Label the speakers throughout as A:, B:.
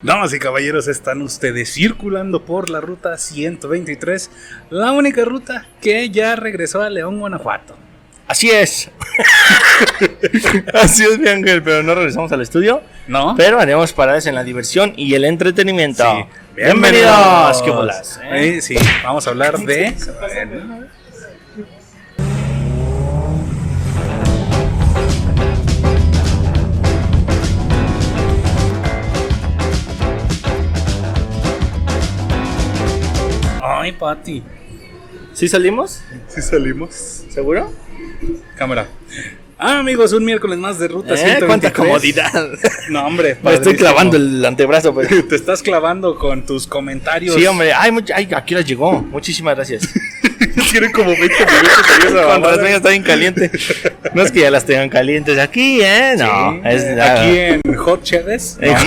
A: Damas y caballeros, están ustedes circulando por la ruta 123, la única ruta que ya regresó a León, Guanajuato.
B: Así es. Así es, mi ángel, pero no regresamos al estudio.
A: ¿No?
B: Pero haremos paradas en la diversión y el entretenimiento.
A: Sí.
B: Bienvenidos. ¿Qué bolas? eh?
A: Eh, sí, vamos a hablar de. Ay, Pati.
B: ¿Sí salimos?
A: Si salimos.
B: ¿Seguro?
A: Cámara. Ah, amigos, un miércoles más de ruta
B: ¿Eh?
A: 123.
B: ¿Cuánta comodidad?
A: No, hombre.
B: Me estoy
A: padrísimo.
B: clavando el antebrazo. pero-
A: Te estás clavando con tus comentarios.
B: Sí, hombre. Ay, much- ay, aquí la llegó. Muchísimas gracias.
A: Tienen como 20 minutos ahí esa
B: Cuando
A: mamada.
B: las vengas bien caliente. No es que ya las tengan calientes aquí, ¿eh?
A: Sí,
B: No. es,
A: eh, aquí en Hot Chedes.
B: Eh,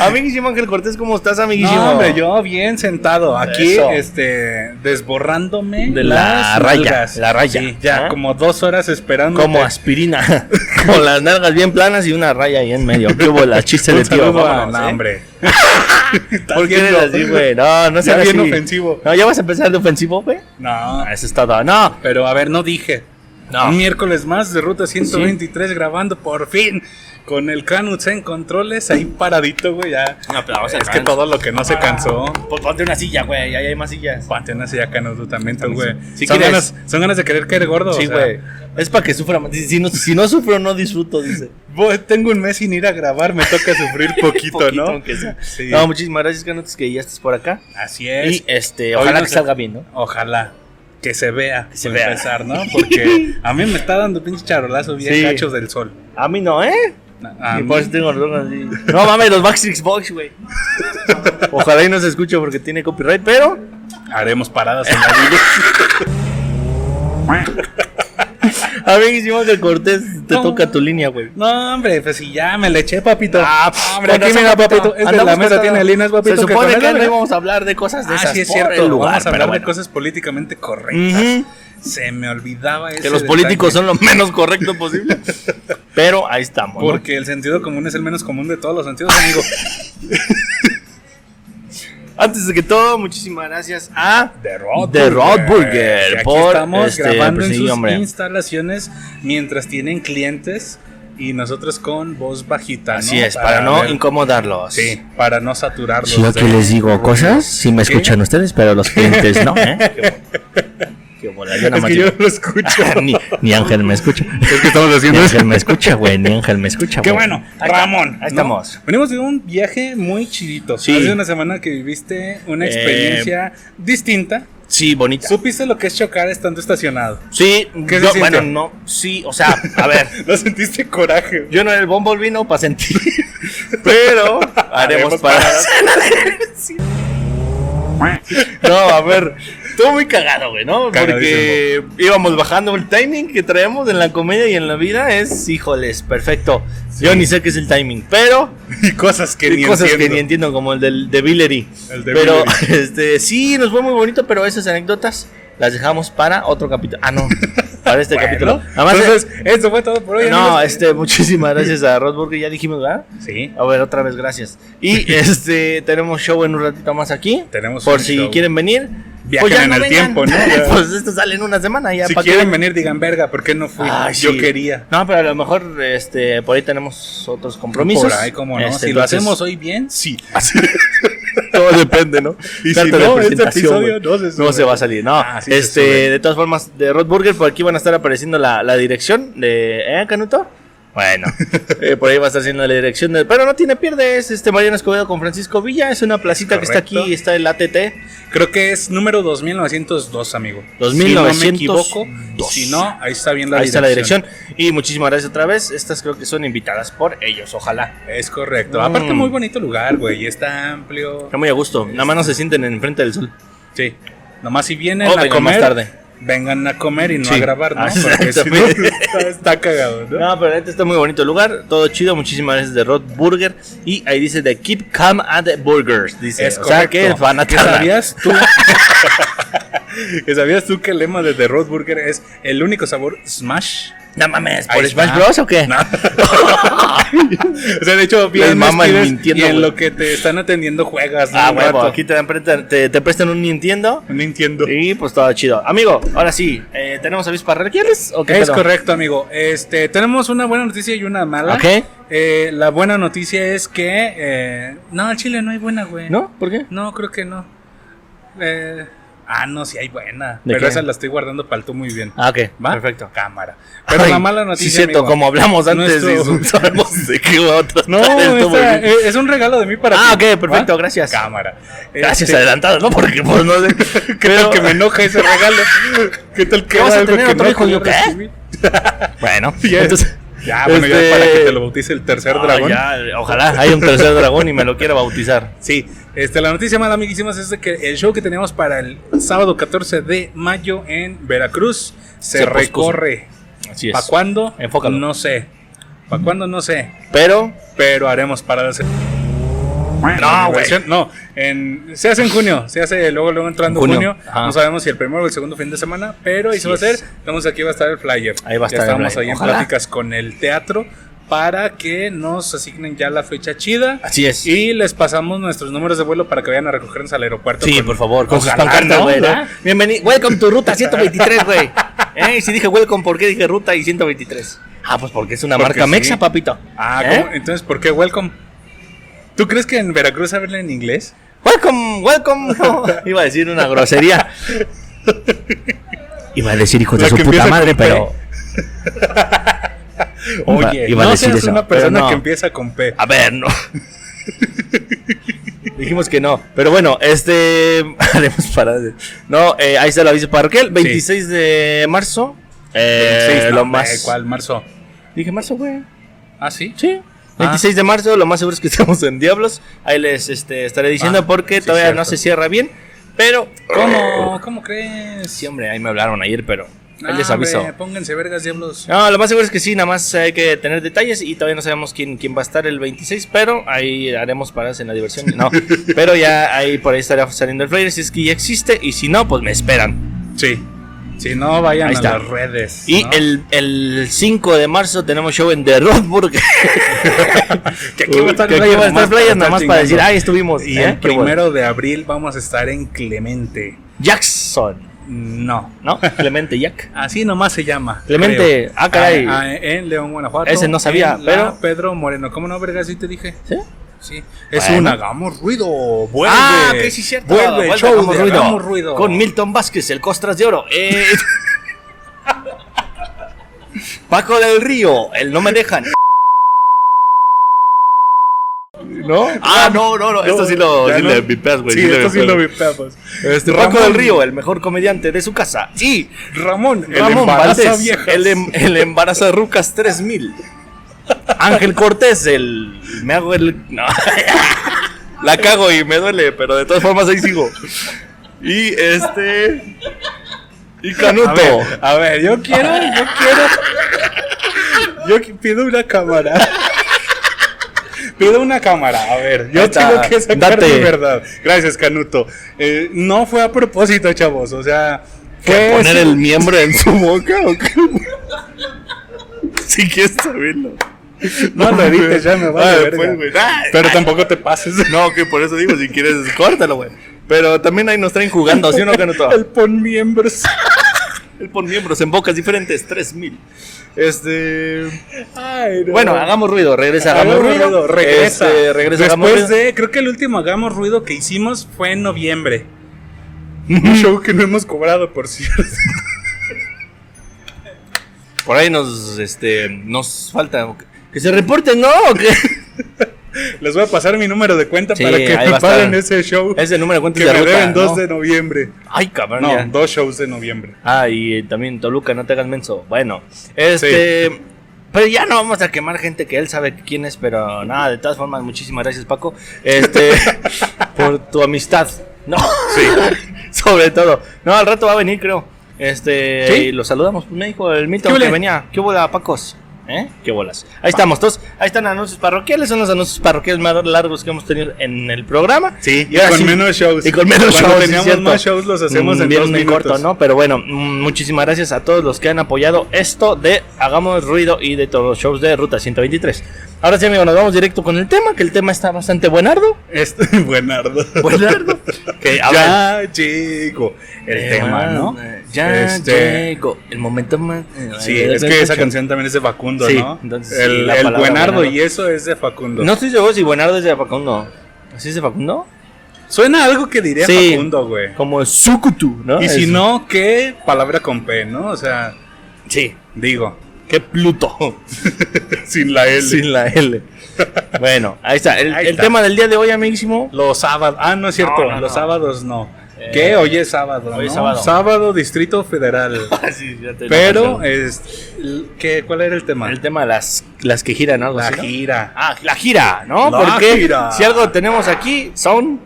B: amiguísimo Ángel Cortés, ¿cómo estás, amiguísimo?
A: No, hombre, yo bien sentado aquí,
B: Eso.
A: este, desborrándome
B: De la
A: las
B: raya,
A: nalgas.
B: la raya.
A: Sí, ya
B: ¿Ah?
A: como dos horas esperando.
B: Como aspirina. Con las nalgas bien planas y una raya ahí en medio. ¿Qué bola? Chiste de
A: Un
B: tío.
A: saludo a
B: vámonos,
A: no,
B: ¿eh?
A: hombre.
B: ¿Por qué
A: viendo?
B: eres así, güey? No, no
A: Ya
B: seas
A: bien
B: así.
A: ofensivo.
B: No, ya vas a empezar de ofensivo, güey.
A: No,
B: Ah, Eso está todo. No.
A: pero a ver, no dije.
B: No.
A: Un miércoles más de Ruta 123 grabando por fin con el Canuts en controles ahí paradito, güey, ya.
B: Un aplauso al
A: Es que
B: Canuts.
A: todo lo que no se cansó.
B: Pues ponte una silla, güey. Ahí hay más sillas.
A: Ponte una silla Canuts tú también, tú, güey.
B: Sí
A: son,
B: quieres.
A: ganas, son ganas de querer caer gordo.
B: Sí,
A: o sea,
B: güey. Es para que sufra más. Si no, si no sufro, no disfruto, dice.
A: voy- tengo un mes sin ir a grabar, me toca sufrir poquito, ¿no?
B: aunque sea.
A: Sí.
B: No, muchísimas gracias, Canotes, que ya estás por acá.
A: Así es.
B: y este,
A: Hoy
B: ojalá
A: no
B: que
A: sé.
B: salga bien, ¿no?
A: Ojalá que se vea,
B: se
A: por
B: vea.
A: empezar, ¿no? Porque a mí me está dando pinche charolazo bien
B: Sí.
A: cachos del sol.
B: A mí no, ¿eh?
A: A
B: y
A: mí-
B: por eso tengo los ojos así. No mames, los Backstreet Boys, güey. Ojalá y no se escuche porque tiene copyright, pero.
A: haremos paradas en la vida.
B: A ver, hicimos el Cortés, te
A: No.
B: toca tu línea, güey. Ah,
A: No, hombre, pues si ya me le eché, papito.
B: pff,
A: Ah, pues, hombre,
B: con
A: aquí
B: razón,
A: mira, papito. Es de
B: Andamos
A: la mesa,
B: con
A: tiene
B: todo.
A: líneas, papito.
B: Se
A: con
B: supone
A: eso,
B: que no
A: mira.
B: íbamos a hablar de cosas de
A: Ah,
B: esas.
A: sí, es
B: por
A: cierto.
B: el lugar,
A: Vamos a
B: pero
A: hablar de
B: bueno.
A: cosas políticamente correctas.
B: Ujú.
A: Se me olvidaba eso.
B: Que los políticos son lo menos correcto posible. Pero ahí estamos. ¿no?
A: Porque el sentido común es el menos común de todos los sentidos, amigo.
B: Antes de que todo, muchísimas gracias a
A: The Road
B: The Road Burger,
A: Aquí
B: por,
A: estamos
B: este,
A: grabando
B: pues,
A: en
B: sí,
A: sus
B: hombre.
A: instalaciones mientras tienen clientes y nosotros con voz bajita.
B: Así es, para no
A: ver-
B: incomodarlos.
A: Sí, para no saturarlos.
B: Si yo
A: de-
B: aquí les digo cosas, si me
A: ¿Qué?
B: escuchan ustedes, pero los clientes no, ¿eh? Qué bola, yo nada
A: Es
B: más
A: que yo
B: digo. Ah,
A: no lo escucho.
B: ni, ni Ángel me escucha.
A: es que estamos
B: Ni
A: haciendo
B: Ángel me escucha, güey. Ni Ángel me escucha,
A: Qué
B: güey.
A: bueno,
B: Ahí está,
A: Ramón.
B: Ahí
A: ¿no?
B: estamos.
A: Venimos de un viaje muy chidito.
B: Sí.
A: Hace una semana que viviste una
B: Eh,
A: experiencia distinta.
B: Sí, bonita.
A: Supiste lo que es chocar estando estacionado.
B: Sí,
A: ¿Qué se
B: yo-
A: siente?
B: bueno, no. Sí, o sea, a ver.
A: No sentiste coraje.
B: Yo no era el Bumblebee, no para sentir. Pero haremos
A: Haremos
B: para.
A: paradas.
B: no, a ver. Estuvo muy cagado, güey, ¿no? Porque
A: Cagadísimo.
B: íbamos bajando. El timing que traemos en la comedia y en la vida es, híjoles, perfecto. Yo ni sé qué es el timing, pero
A: Y cosas que
B: hay
A: ni
B: cosas que
A: entiendo.
B: ni entiendo, como el del de Villery.
A: El de
B: pero, este, sí, nos fue muy bonito, pero esas anécdotas las dejamos para otro capítulo. Ah, no, para este
A: Bueno,
B: capítulo. Además,
A: Entonces, eso fue todo por hoy.
B: no,
A: amigos.
B: este, muchísimas gracias a Rosburg, que ya dijimos, ¿verdad?
A: Sí.
B: A ver, otra vez, gracias. Y este, tenemos show en un ratito más aquí.
A: Tenemos un
B: Por si
A: show.
B: quieren Pues venir.
A: Viajen en el tiempo, ¿no? Ya.
B: pues esto sale en una semana ya.
A: Si
B: ¿pa' qué
A: quieren
B: ven?
A: venir, digan verga, ¿por qué no fui?
B: Ay,
A: Yo
B: sí.
A: quería.
B: No, pero a lo mejor este, por ahí tenemos otros compromisos.
A: Por ahí, como no. si
B: Este,
A: lo
B: entonces, Ah,
A: hacemos hoy bien, sí.
B: Todo depende, ¿no?
A: Y si
B: Carta
A: no,
B: de
A: este
B: presentación,
A: episodio
B: güey.
A: no se
B: No
A: sube.
B: se va a salir, no.
A: Ah, sí se sube.
B: este, de todas formas, de Rod Burger, por aquí van a estar apareciendo la, la dirección de. ¿Eh, Canuto? Bueno, eh, por ahí va a estar siendo la dirección de. Pero no tiene pierde, es este Mariano Escobedo con Francisco Villa. Es una placita que está
A: Correcto.
B: aquí, está el ATT.
A: Creo que es número 2902, amigo.
B: 2902.
A: Si no me equivoco. Si no, ahí está bien la
B: ahí está
A: dirección.
B: la dirección. Y muchísimas gracias otra vez. Estas creo que son invitadas por ellos, ojalá.
A: Es correcto.
B: Mm.
A: Aparte, muy bonito lugar, güey. Está amplio.
B: Está muy a gusto. Nada más no se sienten enfrente del sol.
A: Sí. Nomás si vienen
B: O
A: a
B: vengan
A: comer.
B: más tarde.
A: Vengan a comer y no
B: Sí.
A: a grabar, ¿no?
B: Ah,
A: Porque si no,
B: exactamente.
A: está, está cagado, ¿no?
B: No, pero este está muy bonito el lugar, todo chido, muchísimas gracias de Rod Burger y ahí dice de Keep Calm at the Burgers, dice,
A: Es
B: o sea que
A: correcto.
B: van a
A: ¿Que
B: tardar.
A: sabías tú? que sabías tú que el lema de The Road Burger es el único sabor smash
B: No mames, ¿por
A: Ahí
B: Smash
A: está.
B: Bros o qué?
A: No. o sea, de hecho,
B: Les
A: bien
B: maman
A: escribes
B: mintiendo,
A: y en
B: güey.
A: lo que te están atendiendo juegas. ¿no?
B: Ah,
A: Un
B: huevo,
A: rato.
B: aquí te, dan presta- te, te prestan un Nintendo.
A: No entiendo.
B: Y pues todo chido. Amigo, ahora sí, eh, ¿tenemos avisos parroquiales? ¿O qué
A: Es
B: pedo?
A: correcto, amigo. Este, tenemos una buena noticia y una mala.
B: Ok.
A: Eh, la buena noticia es que. eh, no, al Chile no hay buena, güey.
B: ¿No? ¿Por qué?
A: No, creo que no. Eh, ah, no, sí hay buena.
B: ¿De
A: Pero
B: qué?
A: esa la estoy guardando para el tú muy bien.
B: Ah, ok.
A: ¿Va?
B: Perfecto.
A: Cámara. Pero la
B: Ay,
A: mala noticia.
B: Sí, cierto,
A: amigo.
B: como hablamos antes
A: Nuestro-
B: y sabemos de qué otro.
A: No, esta, eh, es un regalo de mí para
B: Ah,
A: ti.
B: ok, perfecto,
A: ¿Va?
B: gracias.
A: Cámara.
B: Gracias,
A: Este,
B: adelantado, ¿no? Porque pues no sé.
A: ¿Qué tal que me enoja ese regalo? ¿Qué tal que
B: ¿Vas
A: era
B: a
A: algo
B: tener
A: que
B: otro
A: no
B: hijo? Yo,
A: quería
B: ¿qué?
A: recibir?
B: Bueno,
A: Ya,
B: entonces.
A: ¿Eh? ya, bueno,
B: este-
A: ya para que te lo bautice el tercer
B: Ah,
A: dragón.
B: ya, ojalá haya un tercer dragón y me lo quiera bautizar.
A: Sí, este, la noticia mala, amiguísimas, es de que el show que teníamos para el sábado 14 de mayo en Veracruz se,
B: Se pospuso.
A: recorre.
B: Así es.
A: ¿Para cuándo?
B: Enfócalo.
A: No sé. ¿Para cuándo? No sé.
B: Pero,
A: Pero haremos paradas. en- en
B: güey.
A: versión- No, en- se hace en junio. Se hace luego, luego entrando
B: Junio,
A: junio.
B: ajá.
A: No sabemos si el primero o el segundo fin de semana, pero ahí se va a
B: Así
A: hacer.
B: es.
A: Estamos aquí, va a estar el flyer.
B: Ahí va a
A: Ya
B: estar el
A: estamos
B: flyer,
A: ahí en
B: ojalá.
A: pláticas con el teatro para que nos asignen ya la fecha chida.
B: así es.
A: Y les pasamos nuestros números de vuelo para que vayan a recogernos al aeropuerto.
B: Sí,
A: con-
B: por favor, con sus
A: Ojalá,
B: pancartas,
A: ¿no?
B: güey.
A: ¿Verdad?
B: Bienvenido. Welcome to Ruta 123, güey. Eh, si dije welcome, ¿por qué dije Ruta y 123? Ah, pues porque es una
A: Porque
B: marca
A: sí.
B: mexa, papito.
A: Ah,
B: ¿Eh?
A: ¿cómo? entonces, ¿por qué welcome? ¿Tú crees que en Veracruz hablan en inglés?
B: Welcome, welcome. No, iba a decir una grosería. Iba a decir hijos de
A: La
B: su
A: que
B: puta
A: empieza
B: madre,
A: con P.
B: pero. Iba-
A: Oye,
B: iba a
A: no
B: decir
A: seas
B: eso,
A: una
B: pero
A: persona
B: no.
A: que empieza con P.
B: A ver, no. Dijimos que no, pero bueno, este. Haremos paradas. de- No, eh, ahí está el aviso parroquial, 26 de marzo. Eh,
A: Seis, no,
B: lo
A: eh,
B: más.
A: ¿Cuál? Marzo.
B: Dije marzo, güey.
A: Ah, sí.
B: Sí.
A: Ah.
B: 26 de marzo, lo más seguro es que estamos en Diablos. Ahí les este, estaré diciendo
A: Ah,
B: porque
A: sí,
B: todavía no
A: cierto.
B: se cierra bien. Pero,
A: ¿Cómo? ¿Cómo crees?
B: Sí, hombre, ahí me hablaron ayer, pero ahí les
A: Ah,
B: aviso.
A: hombre, pónganse vergas, diablos.
B: No, lo más seguro es que sí, nada más hay que tener detalles y todavía no sabemos quién, quién va a estar el 26, pero ahí haremos paradas en la diversión. No, pero ya ahí por ahí estará saliendo el flyer si es que ya existe y si no, pues me esperan.
A: Sí. Si no, vayan
B: Ahí
A: a
B: está.
A: las redes.
B: Y
A: ¿no?
B: el, el 5 de marzo tenemos show en The Rothburg.
A: Que aquí va a estar
B: Que aquí
A: Flyers
B: va a estar
A: nomás
B: Flyers
A: para
B: nada más
A: estar
B: para decir,
A: chingando.
B: ahí estuvimos.
A: Y
B: ¿eh?
A: el
B: Qué bueno.
A: primero de abril vamos a estar en Clemente.
B: Jackson,
A: No.
B: ¿no? Clemente Jack.
A: Así nomás se llama.
B: Clemente,
A: creo.
B: ah, caray.
A: Ah, en León, Guanajuato.
B: Ese no sabía,
A: en la
B: pero-
A: Pedro Moreno. ¿Cómo no, verga? Sí te dije.
B: ¿Sí?
A: Sí. Es
B: Bueno.
A: un hagamos ruido. Vuelve.
B: ah, que sí, cierto.
A: Vuelve, show
B: hagamos
A: de hagamos ruido.
B: Con Milton Vázquez, el Costras de Oro. Eh, Paco del Río, el No Me Dejan.
A: ¿No?
B: Ah, no, no, no. Esto sí lo,
A: ya
B: sí
A: no.
B: le vipeas, güey.
A: Sí,
B: le
A: esto sí lo
B: vipeas.
A: vipeamos.
B: Este, Paco del Río, el mejor comediante de su casa. Y
A: Ramón, el
B: Ramón
A: embaraza
B: Valdés,
A: viejas.
B: el, em- el embarazo de Rucas 3000. Ángel Cortés, el. Me hago el. no. La cago y me duele, pero de todas formas ahí sigo. Y este. Y Canuto.
A: A ver, a ver, yo quiero, yo quiero. Yo qui- pido una cámara. Pido una cámara, a ver, yo
B: Ahí está,
A: tengo que sacar
B: date.
A: mi verdad. Gracias, Canuto. Eh, no fue a propósito, chavos, o sea, fue
B: ¿Poner
A: sin-
B: el miembro en su boca o qué? Si quieres saberlo.
A: No lo edites, ya me vale
B: Ah,
A: verga.
B: después, güey. Ah,
A: Pero tampoco te pases.
B: No, que por eso digo, si quieres, córtalo, güey. Pero también ahí nos traen jugando, ¿sí o no, Canuto?
A: El pon miembros.
B: Él pon miembros en bocas diferentes, 3000. Este.
A: Ay, no.
B: Bueno, hagamos ruido, regresa, hagamos, ruido.
A: regresa.
B: Este, regresa, hagamos
A: Después
B: ruido.
A: de, creo que el último hagamos ruido que hicimos fue en noviembre. Un show que no hemos cobrado, por cierto.
B: Por ahí nos, este, nos falta. Que se reporten, ¿no? ¿O qué?
A: Les voy a pasar mi número de cuenta
B: Sí,
A: para que
B: ahí va
A: me
B: a
A: paguen
B: estar.
A: ese show.
B: Es el número de cuentas
A: que
B: de
A: me
B: ruta,
A: deben dos
B: ¿no?
A: de noviembre.
B: Ay, cabrón.
A: No,
B: ya.
A: dos shows de noviembre.
B: Ah, y también Toluca, no te hagas menso. Bueno, este. Pero ya no vamos a quemar gente que él sabe quién es, pero nada, de todas formas, muchísimas gracias, Paco. Este. por tu amistad. No, sí. Sobre todo. No, al rato va a venir, creo. Este.
A: ¿Sí?
B: Y lo saludamos. Me dijo el mito
A: ¿Qué
B: que
A: huele?
B: venía. ¿Qué hubo, Pacos? ¿eh? Qué bolas. Ahí estamos todos. Ahí están anuncios parroquiales. Son los anuncios parroquiales más largos que hemos tenido en el programa.
A: Sí,
B: Y ahora
A: con
B: sí-
A: menos shows.
B: Y con menos
A: Pues, Cuando
B: shows. sí,
A: teníamos
B: cierto.
A: más shows los hacemos
B: Mm,
A: en
B: bien
A: dos
B: en
A: minutos.
B: corto, ¿no? Pero bueno, mm, muchísimas gracias a todos los que han apoyado esto de Hagamos Ruido y de todos los shows de Ruta 123. Ahora sí, amigo, nos vamos directo con el tema, que el tema está bastante buenardo.
A: Este, buenardo.
B: Buenardo. que habla-
A: Ya llegó el
B: Eh,
A: tema, ¿no?
B: Ya
A: Este,
B: llegó el momento más. eh,
A: Sí, es que esa canción también es de Facundo,
B: Sí,
A: ¿no?
B: entonces, sí,
A: el
B: la
A: el
B: palabra
A: buenardo
B: buenardo.
A: y eso es de Facundo.
B: No estoy seguro si Buenardo es de Facundo. ¿Así es de Facundo?
A: Suena algo que diría Facundo, güey.
B: Como Sukutu, ¿no?
A: Y si
B: Es-
A: no, ¿qué palabra con P, no? O sea,
B: Sí.
A: digo,
B: Que Pluto.
A: sin la L.
B: Sin la L. bueno, ahí está. El,
A: Ahí
B: el
A: está.
B: tema del día de hoy, amiguísimo.
A: Los sábados. Ah, no es cierto,
B: No, no,
A: los
B: no.
A: sábados no.
B: Eh,
A: ¿Qué? Hoy es sábado.
B: hoy es
A: ¿no?
B: sábado.
A: Distrito Federal. Pero,
B: Pero eh,
A: es, ¿qué, ¿cuál era el tema?
B: el tema de las, las que giran, ¿no? Algo
A: la
B: así, ¿no?
A: gira.
B: Ah, la gira, ¿no?
A: La
B: Porque
A: gira.
B: si algo tenemos aquí son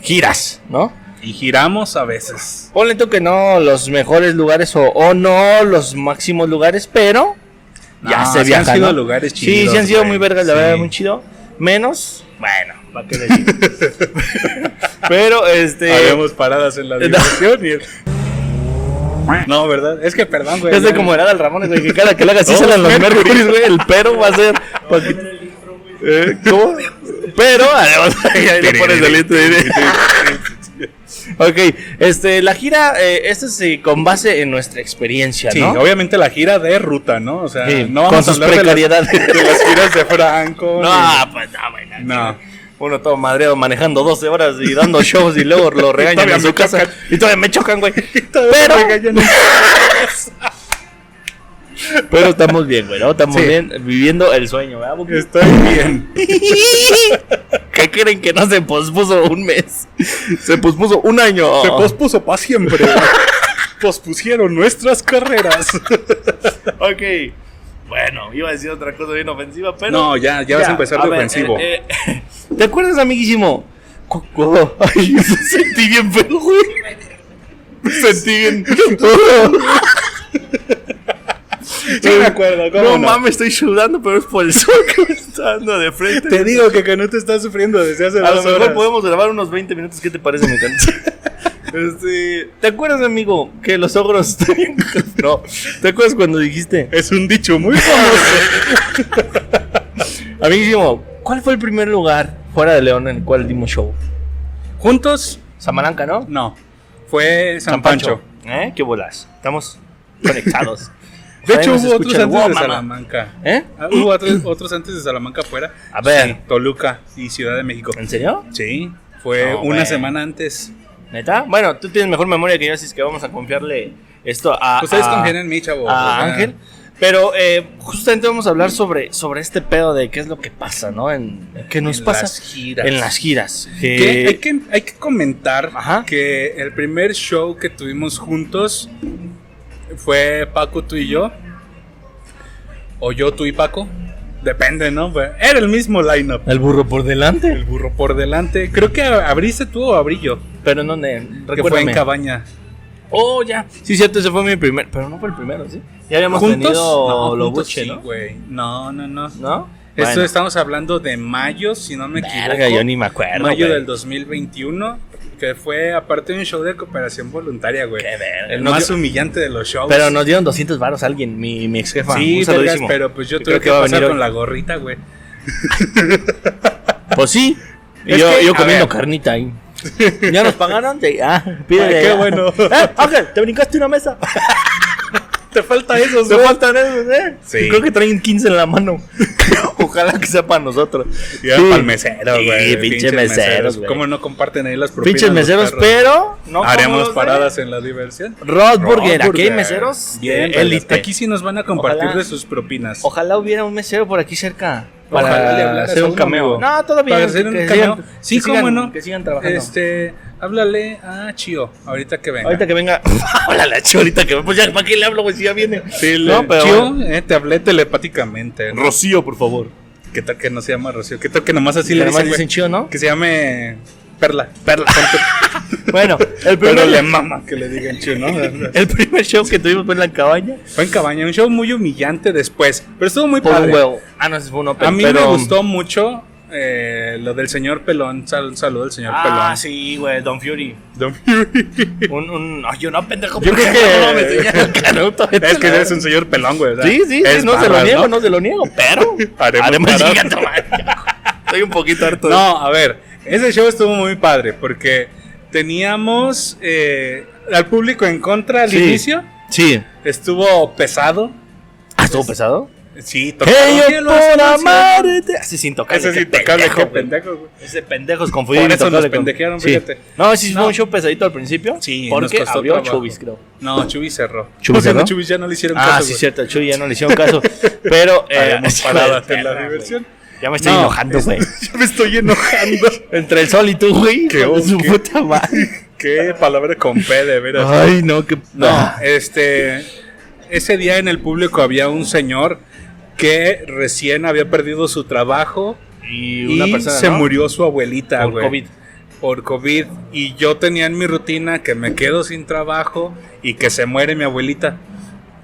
B: giras, ¿no?
A: Y giramos a veces.
B: Ponle tú que no los mejores lugares o, o no los máximos lugares, pero ya
A: No,
B: se
A: Ah, sí han
B: viaja,
A: sido
B: ¿no?
A: lugares
B: Sí,
A: chidos,
B: sí han sido
A: güey,
B: muy vergas, la
A: sí.
B: verdad, muy chido. Menos, bueno, ¿para qué decir? pero este.
A: Habíamos paradas en la
B: no.
A: diversión y el- No, ¿verdad? Es que perdón, güey.
B: Es de
A: ya-
B: como era del Ramones, güey, que cada que le hagas sí
A: No,
B: salen los
A: Mercury.
B: Mercury, güey, el pero va a ser... pa' que- Eh, ¿Cómo? Pero, además, ahí ahí le pones el intro y- Ok, este, la gira, eh, esto se con base en nuestra experiencia,
A: Sí,
B: ¿no?
A: obviamente la gira de ruta, ¿no? O sea,
B: Sí,
A: no
B: con
A: vamos a
B: sus
A: hablar de las-
B: precariedades.
A: De, las giras de Franco.
B: No, pues no, güey, no,
A: No.
B: Uno todo madreado manejando 12 horas y dando shows y luego lo regañan
A: todavía
B: en su
A: me
B: casa.
A: chocan.
B: Y todavía me chocan, güey.
A: Pero,
B: Pero, pero estamos bien, güey, ¿no? Estamos
A: Sí.
B: bien viviendo el sueño, ¿verdad? Buki?
A: estoy bien.
B: ¿Qué creen que no se pospuso un mes? Se pospuso un año.
A: Se pospuso para siempre. Pospusieron nuestras carreras.
B: Ok. Bueno, iba a decir otra cosa bien ofensiva, pero.
A: No, ya, ya vas a empezar de
B: ver,
A: ofensivo.
B: eh, eh, ¿Te acuerdas, amiguísimo? Cu- cu- Ay, me sentí bien feo, güey. Me sentí bien.
A: Sí me acuerdo, ¿cómo
B: eh, no,
A: no?
B: mames, estoy sudando, pero es por el sol que me está dando de frente.
A: Te digo que Canuto está sufriendo desde hace
B: A lo
A: dos
B: mejor
A: horas.
B: podemos grabar unos 20 minutos. ¿Qué te parece, mi canto? Este, ¿Te acuerdas, amigo, que los ogros tenían- No, ¿te acuerdas cuando dijiste?
A: Es un dicho muy famoso.
B: Amiguísimo, ¿cuál fue el primer lugar fuera de León en el cual dimos show?
A: ¿Juntos?
B: Samaranca, ¿no?
A: No. Fue San, Pancho.
B: ¿Eh? ¿Qué bolas? Estamos conectados.
A: De hecho,
B: Ahí nos
A: hubo otros
B: escuchan,
A: antes
B: "Wow,
A: de
B: mamá".
A: Salamanca.
B: ¿Eh?
A: Ah, Hubo otros, otros antes de Salamanca afuera.
B: A ver.
A: Sí, Toluca y Ciudad de México.
B: ¿En serio?
A: Sí, fue
B: No,
A: una
B: güey.
A: semana antes.
B: ¿Neta? Bueno, tú tienes mejor memoria que yo, así es que vamos a confiarle esto a.
A: Ustedes
B: a-
A: confían en mí, chavo. Pues
B: a
A: O sea,
B: Ah, Ángel. Pero eh, justamente vamos a hablar sobre, sobre este pedo de qué es lo que pasa, ¿no? En, ¿Qué nos
A: En
B: pasa?
A: las giras.
B: En las giras. Que-
A: que hay, que, hay que comentar
B: Ajá.
A: que el primer show que tuvimos juntos fue Paco, tú y yo. O yo, tú y Paco. Depende, ¿no? Fue- Era el mismo lineup.
B: El burro por delante.
A: El burro por delante. Creo que abriste tú o abrí yo.
B: Pero en dónde?
A: Que fue en
B: Recuérdame.
A: Cabaña.
B: oh, ya. Sí, cierto, ese fue mi primer. Pero no fue el primero, ¿sí? Ya habíamos
A: ¿Juntos?
B: tenido
A: No,
B: lo
A: juntos
B: buche,
A: sí,
B: ¿no?
A: güey. No, no, no.
B: ¿No?
A: Esto
B: Bueno.
A: estamos hablando de mayo, si no me equivoco.
B: Verga, yo ni me acuerdo.
A: mayo
B: güey.
A: del 2021, que fue aparte de un show de cooperación voluntaria, güey.
B: Qué verga.
A: El
B: Nos
A: más
B: dio-
A: humillante de los shows.
B: Pero nos dieron 200 varos a alguien, mi, mi ex jefa.
A: Sí,
B: Un
A: vergas,
B: saludísimo.
A: pero pues yo
B: Yo
A: tuve
B: creo
A: que,
B: que va a
A: pasar
B: venir
A: con
B: hoy.
A: la gorrita, güey.
B: Pues sí. Y
A: Es
B: yo,
A: que,
B: yo
A: a
B: comiendo
A: ver.
B: carnita ahí. ¿Ya nos pagaron? Sí. Ah, pídele.
A: Ay, qué
B: ya.
A: bueno.
B: Eh, Ángel, te brincaste una mesa.
A: Te falta eso,
B: Te faltan esos, ¿eh?
A: Sí.
B: Creo que traen 15 en la mano. Ojalá que sea para nosotros.
A: Ya
B: Sí.
A: pa'l mesero,
B: Sí,
A: güey.
B: pinche meseros, güey.
A: ¿Cómo no comparten ahí las propinas?
B: Pinches
A: los
B: meseros,
A: perros?
B: pero. No como los
A: Haremos
B: de-
A: paradas en la diversión.
B: Rothburger, aquí hay
A: Burger.
B: meseros. Eh,
A: Bien,
B: de élite.
A: Aquí sí nos van a compartir
B: Ojalá.
A: de sus propinas.
B: Ojalá hubiera un mesero por aquí cerca. Para
A: Ojalá le hablaras
B: hacer
A: a
B: un
A: uno,
B: cameo.
A: amigo.
B: No, todavía.
A: Para hacer un cameo. sí, cómo no.
B: Que sigan trabajando.
A: Este, háblale a Chio ahorita que venga.
B: Ahorita que venga. Hola, la chio, ahorita que Pues ya, ¿para qué le hablo, güey? Si ya viene.
A: Sí, le-
B: No, pero
A: Chio,
B: bueno.
A: eh, te hablé telepáticamente. ¿no?
B: Rocío, por favor.
A: ¿Qué tal que no se llama Rocío? ¿Qué tal que nomás así
B: Sí,
A: le
B: le
A: dicen,
B: dicen
A: güey?
B: chido, ¿no?
A: Que se llame Perla.
B: Perla. bueno, el
A: Pero
B: primer,
A: le mama que le digan chino. ¿no?
B: el primer show que tuvimos fue en la cabaña.
A: Fue en Cabaña, un show muy humillante después, pero estuvo muy
B: Por
A: padre.
B: un huevo. Ah, no, ese fue un open,
A: A mí
B: pero-
A: me gustó mucho eh, lo del señor Pelón. Sal, saludo al señor
B: Ah,
A: Pelón.
B: sí, güey, Don Fury.
A: Don Fury.
B: Un, un, ay, yo no, pendejo.
A: Yo
B: ¿por
A: creo
B: qué
A: que-
B: no me enseñan el canuto?
A: Es que eres un señor pelón, güey. o sea,
B: Sí, sí,
A: es
B: sí, no se lo
A: barras,
B: niego, ¿no? se lo niego, pero.
A: Haremos
B: Haremos
A: parar.
B: chinga tu madre. Estoy un poquito harto. de-
A: No, a ver, ese show estuvo muy padre porque teníamos eh, al público en contra al
B: Sí.
A: inicio.
B: Sí.
A: Estuvo pesado.
B: Ah, estuvo
A: Pues,
B: pesado.
A: Sí,
B: ¡Hey, yo
A: cielos,
B: por
A: cielos.
B: amarte! Así sin tocar.
A: Ese sí, tocable, qué pendejo, güey.
B: Ese pendejo es confundido.
A: Por eso
B: intocable
A: nos
B: con-
A: pendejearon,
B: Sí.
A: fíjate.
B: No, sí fue
A: No.
B: un show pesadito al principio.
A: Sí, nos
B: porque
A: costó
B: abrió
A: trabajo.
B: Chubis, creo.
A: No, Chubis cerró.
B: ¿Chubis
A: Porque
B: cerró?
A: a Chubis ya no le hicieron
B: Ah,
A: caso.
B: sí,
A: güey.
B: cierto, al Chuy ya no le hicieron caso. Pero. eh,
A: Haremos
B: hijo de
A: paradas en
B: perra,
A: la
B: güey.
A: diversión.
B: Ya me estoy
A: No,
B: enojando,
A: es-
B: güey.
A: Ya me estoy enojando.
B: Entre el sol y tú, güey.
A: Qué
B: hijo de su
A: ok.
B: puta madre.
A: Qué palabra con P, de veras.
B: Ay, ah. no, qué.
A: No, este. Ese día en el público había un señor que recién había perdido su trabajo
B: Y
A: y,
B: una persona.
A: se
B: ¿no?
A: murió su abuelita,
B: por
A: güey.
B: COVID.
A: Por COVID. Y yo tenía en mi rutina que me quedo sin trabajo y que se muere mi abuelita.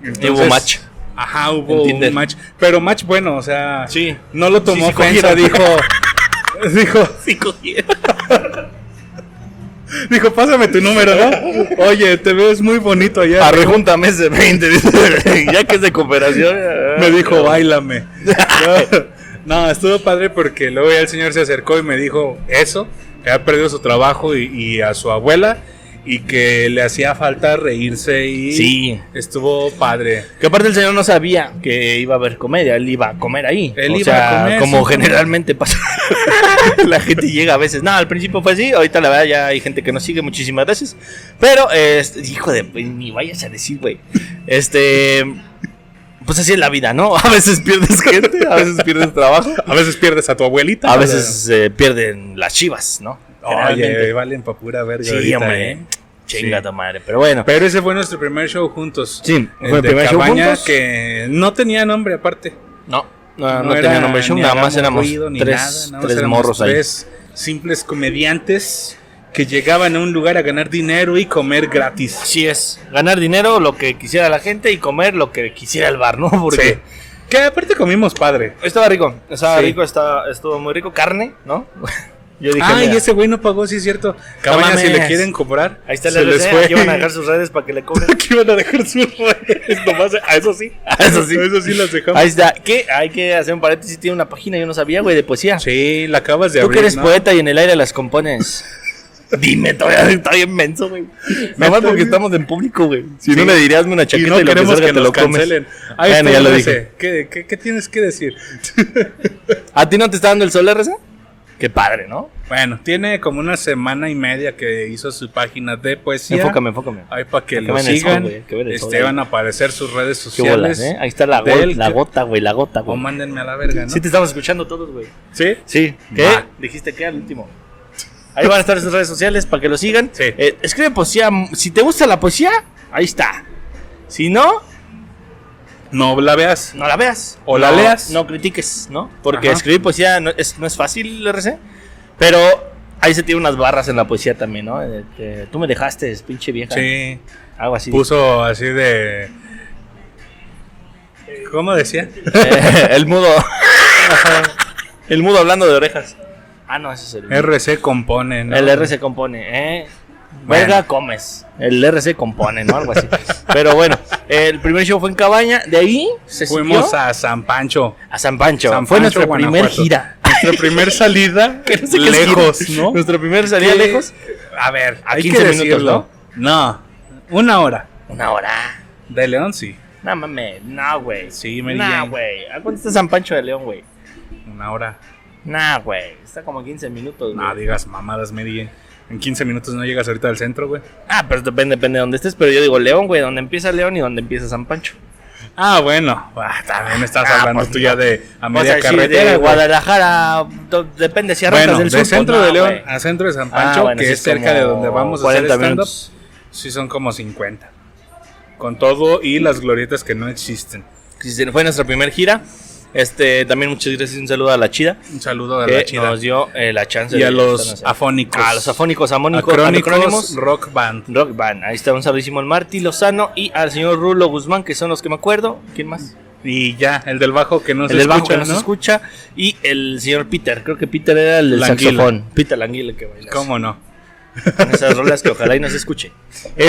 B: Y hubo
A: Entonces,
B: match.
A: Ajá,
B: En
A: hubo
B: Tinder.
A: un match. Pero match bueno, o sea.
B: Sí.
A: No lo tomó
B: Sí, sí
A: ofensa, dijo.
B: cogieron.
A: Dijo,
B: Sí, cogieron.
A: dijo, pásame tu número, ¿no? Oye, te ves muy bonito allá.
B: Arrejúntame ese 20. dice, ya que es de cooperación. eh,
A: Me dijo, bailame. No, estuvo padre porque luego ya el señor se acercó y me dijo eso, que había perdido su trabajo y, y a su abuela y que le hacía falta reírse y
B: Sí.
A: estuvo padre.
B: Que aparte el señor no sabía que iba a haber comedia, él iba a comer ahí.
A: Él
B: o
A: iba
B: sea,
A: a comer,
B: como
A: sí.
B: generalmente pasa. la gente llega a veces. No, al principio fue así, ahorita la verdad ya hay gente que nos sigue, muchísimas gracias. Pero, este, hijo de, ni vayas a decir, güey. Este, pues así es la vida, ¿no? A veces pierdes gente, a veces pierdes trabajo.
A: A veces pierdes a tu abuelita.
B: A veces eh, pierden las chivas, ¿no? Generalmente.
A: Oye, valen pa' pura verga.
B: sí,
A: ahorita,
B: hombre.
A: ¿eh?
B: Chinga tu madre, pero bueno.
A: Pero ese fue nuestro primer show juntos.
B: Sí,
A: El
B: fue el
A: de
B: primer show
A: Cabaña,
B: juntos.
A: que no tenía nombre aparte.
B: No, Ah, no, no,
A: era
B: tenía nombre de show,
A: ni
B: nada más
A: Hagamos
B: éramos
A: Ruido, ni
B: tres,
A: nada, nada más
B: tres
A: éramos
B: morros ahí.
A: tres simples comediantes que llegaban a un lugar a ganar dinero y comer gratis.
B: Así es, ganar dinero lo que quisiera la gente y comer lo que quisiera el bar, ¿no? Porque
A: Sí. Que aparte comimos padre.
B: estaba rico, estaba
A: Sí.
B: rico, estaba, estuvo muy rico, carne, ¿no? Yo dije,
A: Ay,
B: mira,
A: ese güey no pagó, sí es cierto. Cabaña, si le
B: Ah, mames.
A: quieren cobrar,
B: ahí está
A: se
B: la
A: les
B: receta,
A: fue.
B: aquí van a dejar sus redes para que le cobren.
A: Aquí van a dejar sus redes, nomás, a eso sí.
B: Eso sí.
A: Eso sí las dejamos.
B: Ahí está, que hay que hacer un paréntesis, tiene una página, yo no sabía, güey, de poesía.
A: Sí, la acabas de
B: Tú
A: abrir.
B: que eres
A: ¿no?
B: poeta y en el aire las compones. Dime, todavía está bien menso, güey. Nada más
A: Neta,
B: porque
A: güey.
B: estamos en público, güey. Si
A: Sí.
B: no le dirías una
A: Y
B: chaqueta y,
A: no
B: lo que
A: queremos
B: salga
A: que,
B: te
A: nos
B: lo comes.
A: cancelen. Ahí
B: Bueno,
A: está
B: ya lo
A: el
B: dije.
A: ese. ¿Qué, qué, qué tienes que decir?
B: ¿A ti no te está dando el sol, RC? Qué padre, ¿no?
A: Bueno, tiene como una semana y media que hizo su página de poesía.
B: Enfócame, enfócame.
A: Ahí para que
B: Hay Ah, que
A: lo
B: ver el
A: sigan.
B: sol, güey, hay que ver el sol,
A: este,
B: güey.
A: van a aparecer sus redes
B: Qué bolas,
A: sociales.
B: ¿eh? Ahí está la, go-
A: del-
B: la gota, güey, la gota,
A: O
B: güey.
A: mándenme a la verga, ¿no?
B: Sí, te estamos escuchando todos, güey.
A: ¿Sí?
B: Sí. ¿Qué?
A: Va.
B: Dijiste que al último. Ahí van a estar sus redes sociales para que lo sigan.
A: Sí.
B: Eh, escribe poesía. Si te gusta la poesía, ahí está. Si no,
A: No la veas.
B: no la veas.
A: O la
B: No-
A: leas.
B: No critiques, ¿no? Porque
A: Ajá.
B: escribir poesía no es, no es fácil, RC. Pero ahí se tiene unas barras en la poesía también, ¿no? Eh, que tú me dejaste, pinche vieja.
A: Sí.
B: Algo así.
A: Puso así de. ¿Cómo decía?
B: Eh, el mudo. el mudo hablando de orejas. Ah, no, ese es el.
A: RC compone, ¿no?
B: El R se compone, ¿eh?
A: Bueno.
B: Verga comes. El R se compone, ¿no? Algo así. Pero bueno, el primer show fue en Cabaña. De ahí se
A: Fuimos
B: siguió a,
A: a San Pancho.
B: San Pancho.
A: San
B: fue
A: Pancho,
B: nuestra primer
A: Guanajuato.
B: gira.
A: Nuestra primer salida
B: Que no sé qué es
A: lejos,
B: gira.
A: ¿no?
B: Nuestra primer salida
A: Que-
B: lejos.
A: A ver,
B: A
A: hay
B: 15
A: que
B: minutos,
A: decirlo. no. una hora.
B: Una hora.
A: De León sí.
B: No mames, no, güey.
A: Sí, me
B: No,
A: dije.
B: güey. ¿A cuánto está San Pancho de León, güey?
A: Una hora.
B: No, güey. Está como 15 minutos,
A: No
B: güey.
A: digas mamadas, Medellín. En 15 minutos no llegas ahorita al centro, güey.
B: Ah, pero depende, depende de dónde estés. Pero yo digo León, güey. Donde empieza León y donde empieza San Pancho.
A: Ah, bueno. Ah, también estás
B: Ah,
A: hablando
B: pues
A: tú
B: no.
A: ya de a
B: O
A: media
B: sea, sí,
A: carretera.
B: de
A: güey.
B: Guadalajara, do- depende si arrancas
A: bueno,
B: del sur.
A: de
B: pues,
A: centro
B: no,
A: de León
B: güey.
A: a centro de San
B: Ah,
A: Pancho,
B: bueno,
A: que
B: sí
A: es cerca de
B: como
A: donde vamos a
B: 40
A: hacer stand-up,
B: minutos.
A: sí son como 50. Con todo y las glorietas que no existen.
B: Sí, sí, Fue nuestra primera gira. Este, también muchas gracias. Un saludo a la chida.
A: Un saludo a
B: que
A: la chida.
B: nos dio eh, la chance
A: Y a
B: de
A: los
B: estarnos-
A: afónicos.
B: a los afónicos, amónicos,
A: Acrónicos
B: anacrónimos.
A: Rock Band.
B: Rock Band, ahí está un sabrísimo al Marty Lozano y al señor Rulo Guzmán, que son los que me acuerdo. ¿Quién más?
A: Y ya, el del bajo que no se
B: el del bajo
A: escucha,
B: que no se
A: ¿no?
B: escucha. Y el señor Peter, creo que Peter era el del
A: Languila.
B: saxofón. Peter Languila que baila.
A: ¿Cómo no?
B: Con esas rolas que ojalá y no se escuche.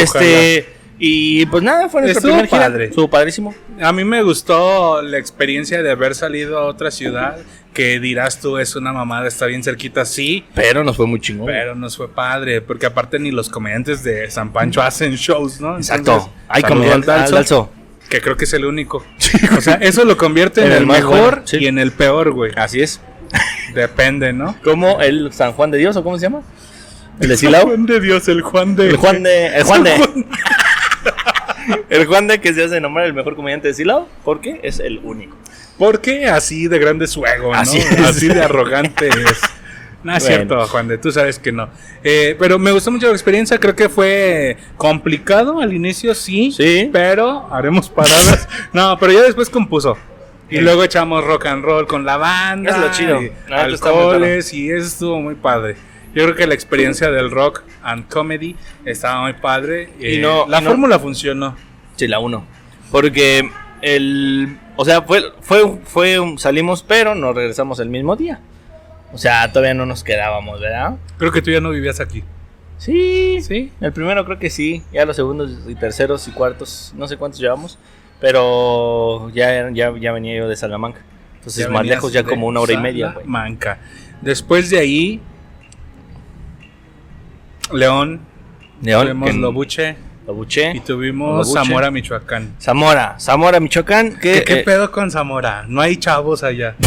B: Este, y pues nada, fue nuestra
A: Estuvo
B: primera gira.
A: padre.
B: Estuvo padrísimo.
A: A mí me gustó la experiencia de haber salido a otra ciudad que dirás tú es una mamada, está bien cerquita, sí,
B: Pero nos fue muy chingón.
A: pero nos fue padre, porque aparte ni los comediantes de San Pancho hacen shows, ¿no?
B: Exacto.
A: Entonces,
B: Hay
A: saludo
B: comida al
A: al Dalso,
B: Dalso.
A: que creo que es el único. O sea, eso lo convierte en,
B: En
A: el,
B: el más
A: mejor
B: bueno, sí.
A: y en el peor, güey.
B: Así es.
A: Depende, ¿no?
B: Como el San Juan de Dios, ¿o cómo se llama? El de Silao.
A: Juan de Dios, el Juan de...
B: El Juan de. El Juan de. El Juan de que se hace nombrar el mejor comediante de Silao. Porque es el único.
A: Porque así de grande su ego, ¿no?
B: Así
A: Así,
B: es.
A: de arrogante es. No es
B: Bueno.
A: cierto, Juan de, tú sabes que no. Eh, pero me gustó mucho la experiencia, creo que fue complicado al inicio, sí.
B: Sí.
A: Pero haremos paradas. no, pero ya después compuso. Y
B: Sí.
A: luego echamos rock and roll con la banda.
B: Es lo chido.
A: y
B: La neta está muy
A: alcoholes y eso estuvo muy padre. Yo creo que la experiencia del rock and comedy estaba muy padre.
B: Y
A: eh,
B: no-
A: la
B: y no-
A: fórmula funcionó.
B: Sí, la 1. Porque el. O sea, fue, fue, fue. un- Salimos, pero nos regresamos el mismo día. O sea, todavía no nos quedábamos, ¿verdad?
A: Creo que tú ya no vivías aquí.
B: Sí.
A: Sí.
B: El primero creo que sí. Ya los segundos y terceros y cuartos. No sé cuántos llevamos. Pero ya, ya, ya venía yo de Salamanca. Entonces,
A: Ya
B: más
A: venías
B: lejos, ya
A: de
B: como una hora y media, güey.
A: Salamanca. Después de ahí, León,
B: León,
A: tuvimos
B: que-
A: Lobuche
B: Lobuche.
A: y tuvimos
B: Lobuche.
A: Zamora, Michoacán.
B: Zamora, Zamora, Michoacán. Que,
A: ¿Qué, qué
B: eh,
A: pedo con Zamora? No hay chavos allá.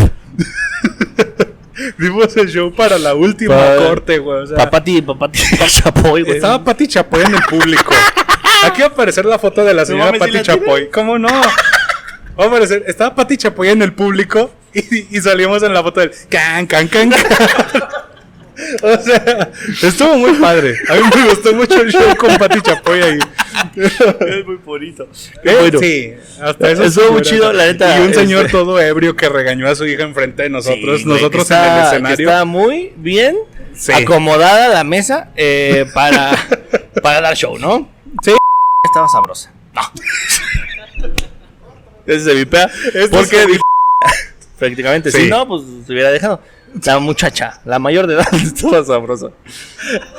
A: Vimos el show para la última
B: Pa-
A: corte, güey. o sea,
B: Papati, papati, Chapoy, güey.
A: estaba Pati Chapoy en el público. Aquí va a aparecer la foto de la señora
B: mames, ¿sí
A: Pati
B: la tiene?
A: Chapoy. ¿Cómo no? Va a aparecer. Estaba Pati Chapoy en el público y, y salimos en la foto del can, can, can, can. O sea, estuvo muy padre. A mí me gustó mucho el show con Pati Chapoy ahí.
B: Es muy bonito.
A: Eh,
B: bueno.
A: Sí, hasta eso.
B: Estuvo muy
A: señora.
B: chido, la neta,
A: Y un señor
B: este-
A: todo ebrio que regañó a su hija enfrente de nosotros.
B: Sí, güey,
A: nosotros
B: que está-
A: en el
B: que
A: escenario.
B: Está muy bien
A: Sí.
B: acomodada la mesa eh, para, para dar show, ¿no?
A: Sí.
B: Estaba sabrosa. No. Ese se vipea.
A: Esto
B: Porque
A: es-
B: prácticamente,
A: Sí.
B: si no, pues se hubiera dejado. La muchacha, la mayor de edad, estaba sabrosa.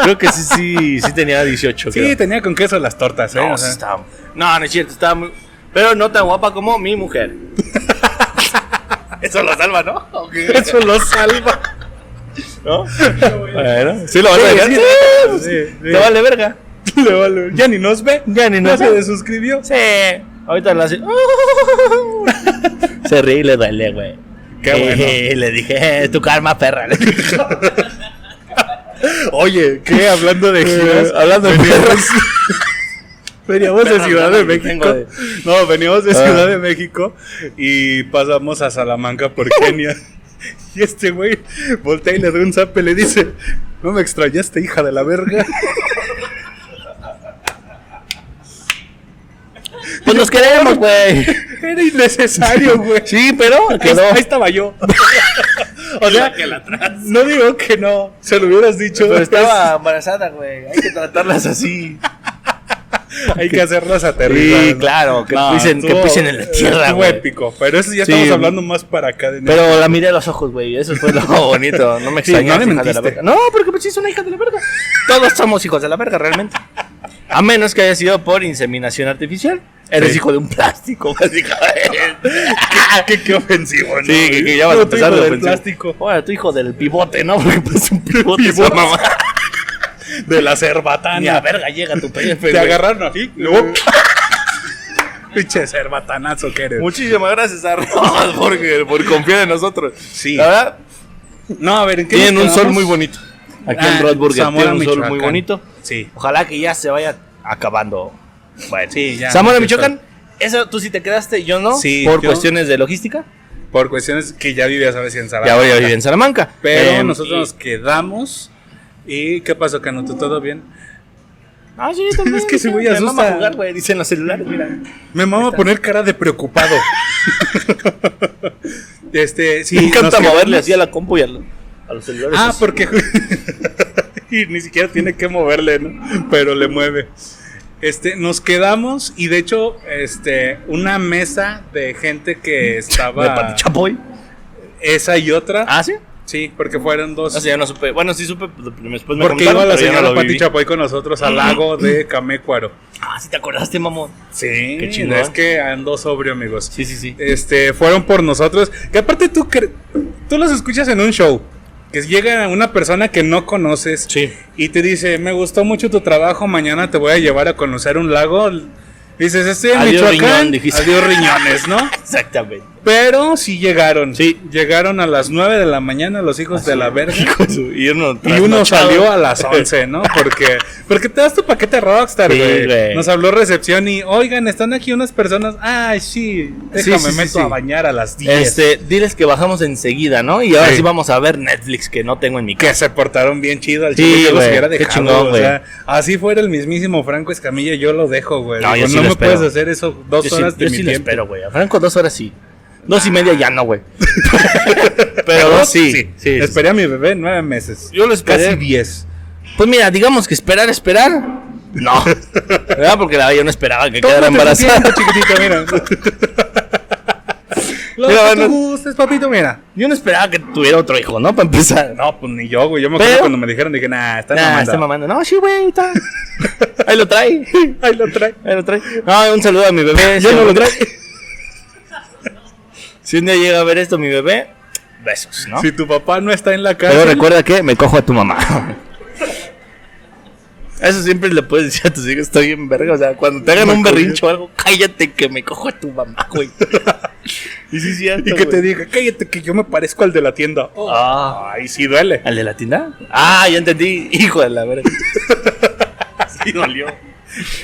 B: Creo que sí, sí, sí tenía 18.
A: Sí,
B: creo.
A: tenía con queso las tortas, ¿eh?
B: No,
A: O sea,
B: sí estaba- no, no es cierto, estaba muy... Pero no tan guapa como mi mujer. Eso lo salva, ¿no?
A: Eso lo salva.
B: ¿No? Bueno, sí lo
A: Sí,
B: vas a dejar.
A: sí,
B: Sí,
A: sí,
B: pues,
A: sí, sí.
B: Te vale verga.
A: Le vale. Ya ni nos ve.
B: Ya ni
A: No
B: nos
A: se
B: ve.
A: desuscribió.
B: Sí. Ahorita lo hace. Se ríe y le duele, güey.
A: Qué bueno.
B: Eh, le dije, "Eh, tu karma, perra. Le dije.
A: Oye, ¿qué? Hablando de giras.
B: Eh, hablando de perros.
A: Veníamos de
B: Perdón,
A: Ciudad de
B: perdón,
A: México.
B: tengo de-
A: No, veníamos de
B: Ah.
A: Ciudad de México y pasamos a Salamanca por Kenia. Y este güey voltea y le da un zap y le dice: No me extrañaste, hija de la verga.
B: Pues nos queremos, güey.
A: Era innecesario, güey.
B: Sí, pero
A: Ahí,
B: quedó.
A: ahí estaba yo. o sea, no digo que no, se lo hubieras dicho.
B: Pero estaba embarazada, güey. Hay que tratarlas así.
A: Hay que hacerlas aterrizar.
B: Sí, claro, que pisen- que pisen en la tierra,
A: estuvo
B: güey.
A: épico, pero eso ya
B: Sí.
A: estamos hablando más para acá de
B: Pero la miré a los ojos, güey. Eso fue lo bonito. No me
A: Sí,
B: extrañas,
A: no le
B: hija de
A: mentiste.
B: la verga. No, porque pues sí es una hija de la verga. Todos somos hijos de la verga, realmente. A menos que haya sido por inseminación artificial. Eres
A: Sí.
B: hijo de un plástico, básicamente.
A: qué, qué ofensivo, ¿no?
B: Sí, que, que ya vas a
A: No, tú
B: empezar
A: hijo
B: de
A: del
B: ofensivo.
A: plástico,
B: Ahora tu hijo del pivote, ¿no? Porque pues un pivote, es
A: Pivote.
B: una mamá.
A: de la
B: Ni a
A: cerbatana.
B: verga llega tu pepe,
A: Te
B: güey. Eh.
A: agarraron aquí. luego- Pinche cerbatanazo que eres.
B: Muchísimas gracias a Ross Burger por confiar en nosotros.
A: Sí.
B: La verdad,
A: Ah, No, a ver, ¿en qué
B: tienen
A: nos
B: un sol
A: quedamos?
B: muy bonito. Aquí
A: Ah,
B: en Rothburger
A: Zamora,
B: tienen un sol muy
A: Michoacán.
B: bonito.
A: Sí.
B: Ojalá que ya se vaya acabando. Bueno,
A: Sí, ya.
B: Zamora,
A: Ya
B: Michoacán. Eso tú sí te quedaste, yo no.
A: Sí,
B: por
A: yo-
B: cuestiones de logística.
A: Por cuestiones que ya vivías a veces en
B: Y
A: Salamanca.
B: ahora ya vive en Salamanca.
A: Pero
B: Em,
A: nosotros
B: y-
A: nos quedamos. ¿Y qué pasó, Canuto? ¿Todo bien?
B: Ah, sí, también.
A: Es que ese güey
B: Me
A: asusta.
B: mama jugar, güey, dicen los celulares, mira.
A: Me mama poner cara de preocupado. este, sí.
B: Me encanta
A: nos
B: moverle
A: quedamos-
B: así a la compu y a, lo- a los celulares.
A: Ah,
B: así.
A: porque. y ni siquiera tiene que moverle, ¿no? Pero le mueve. Este, nos quedamos y de hecho, este, una mesa de gente que
B: ¿De
A: estaba.
B: Pati Chapoy?
A: Esa y otra.
B: Ah, sí.
A: Sí, porque fueron dos.
B: O sea, yo no supe. Bueno, Ah, sí supe, pero después me
A: porque
B: contaron,
A: iba la
B: pero ya no
A: señora
B: lo
A: Pati
B: viví.
A: Chapoy con nosotros al lago de Camécuaro.
B: Ah, sí te acordaste, mamón.
A: Sí,
B: Qué chingón.
A: Es que ando sobrio, amigos.
B: Sí, sí, sí.
A: este, fueron por nosotros. Que aparte tú, cre- tú los escuchas en un show. Que llega una persona que no conoces
B: Sí.
A: y te dice, me gustó mucho tu trabajo, mañana te voy a llevar a conocer un lago. Dices, estoy en
B: Adiós,
A: Michoacán.
B: riñón, dijiste.
A: Adiós riñones, ¿no?
B: Exactamente.
A: Pero sí llegaron.
B: Sí.
A: Llegaron a las 9 de la mañana los hijos de la verga.
B: y uno,
A: Y uno salió a las 11, ¿no? Porque, porque te das tu paquete Rockstar,
B: Sí,
A: güey.
B: güey.
A: Nos habló recepción y, oigan, están aquí unas personas. Ay, sí, déjame
B: sí, sí,
A: meto
B: sí.
A: a bañar a las 10.
B: Este, diles que bajamos enseguida, ¿no? Y ahora
A: Sí.
B: sí, vamos a ver Netflix que no tengo en mi
A: Que
B: casa.
A: se portaron bien chido al
B: Sí,
A: chile, yo los
B: güey,
A: hubiera
B: qué
A: dejado,
B: chingón,
A: o
B: güey.
A: sea, así fuera el mismísimo Franco Escamilla, yo lo dejo, güey.
B: No,
A: Digo,
B: yo sí
A: no
B: lo
A: me
B: espero.
A: puedes hacer eso dos
B: yo sí,
A: horas de
B: yo
A: mi
B: sí lo
A: tiempo.
B: espero, güey. A Franco dos horas sí. Dos y media ya no, güey. Pero Ah. dos sí. sí, sí, sí.
A: Esperé a mi bebé nueve meses.
B: Yo lo esperé.
A: Casi diez.
B: Pues mira, digamos que esperar, esperar. No. ¿Verdad? Porque la, yo no esperaba que quedara
A: Tómate tu
B: embarazada.
A: tiempo, chiquitito, mira. Lo
B: Mira,
A: que
B: bueno.
A: tú gustes, papito, mira.
B: Yo no esperaba que tuviera otro hijo, ¿no? Para empezar.
A: No, pues ni yo, güey. Yo me acuerdo
B: Pero-
A: cuando me dijeron, dije, nah, está
B: Nah, está
A: mamando.
B: mamando. No, sí, güey, está. Ahí lo trae.
A: Ahí lo trae.
B: Ahí lo trae. No, Ah, un saludo a mi bebé.
A: Yo
B: si
A: no lo
B: un- Si un día llega a ver esto mi bebé, besos, ¿no?
A: Si tu papá no está en la casa.
B: Pero recuerda que me cojo a tu mamá. Eso siempre le puedes decir a tus hijos, estoy en verga. O sea, cuando te hagan
A: Me
B: un
A: cogió.
B: berrincho o algo, cállate que me cojo a tu mamá, güey. y sí, es cierto,
A: Y que te
B: güey.
A: diga, cállate que yo me parezco al de la tienda. Oh.
B: Ah,
A: Ay, sí duele.
B: ¿Al de la tienda? Ah, ya entendí. Hijo de la verga.
A: Sí dolió.
B: No,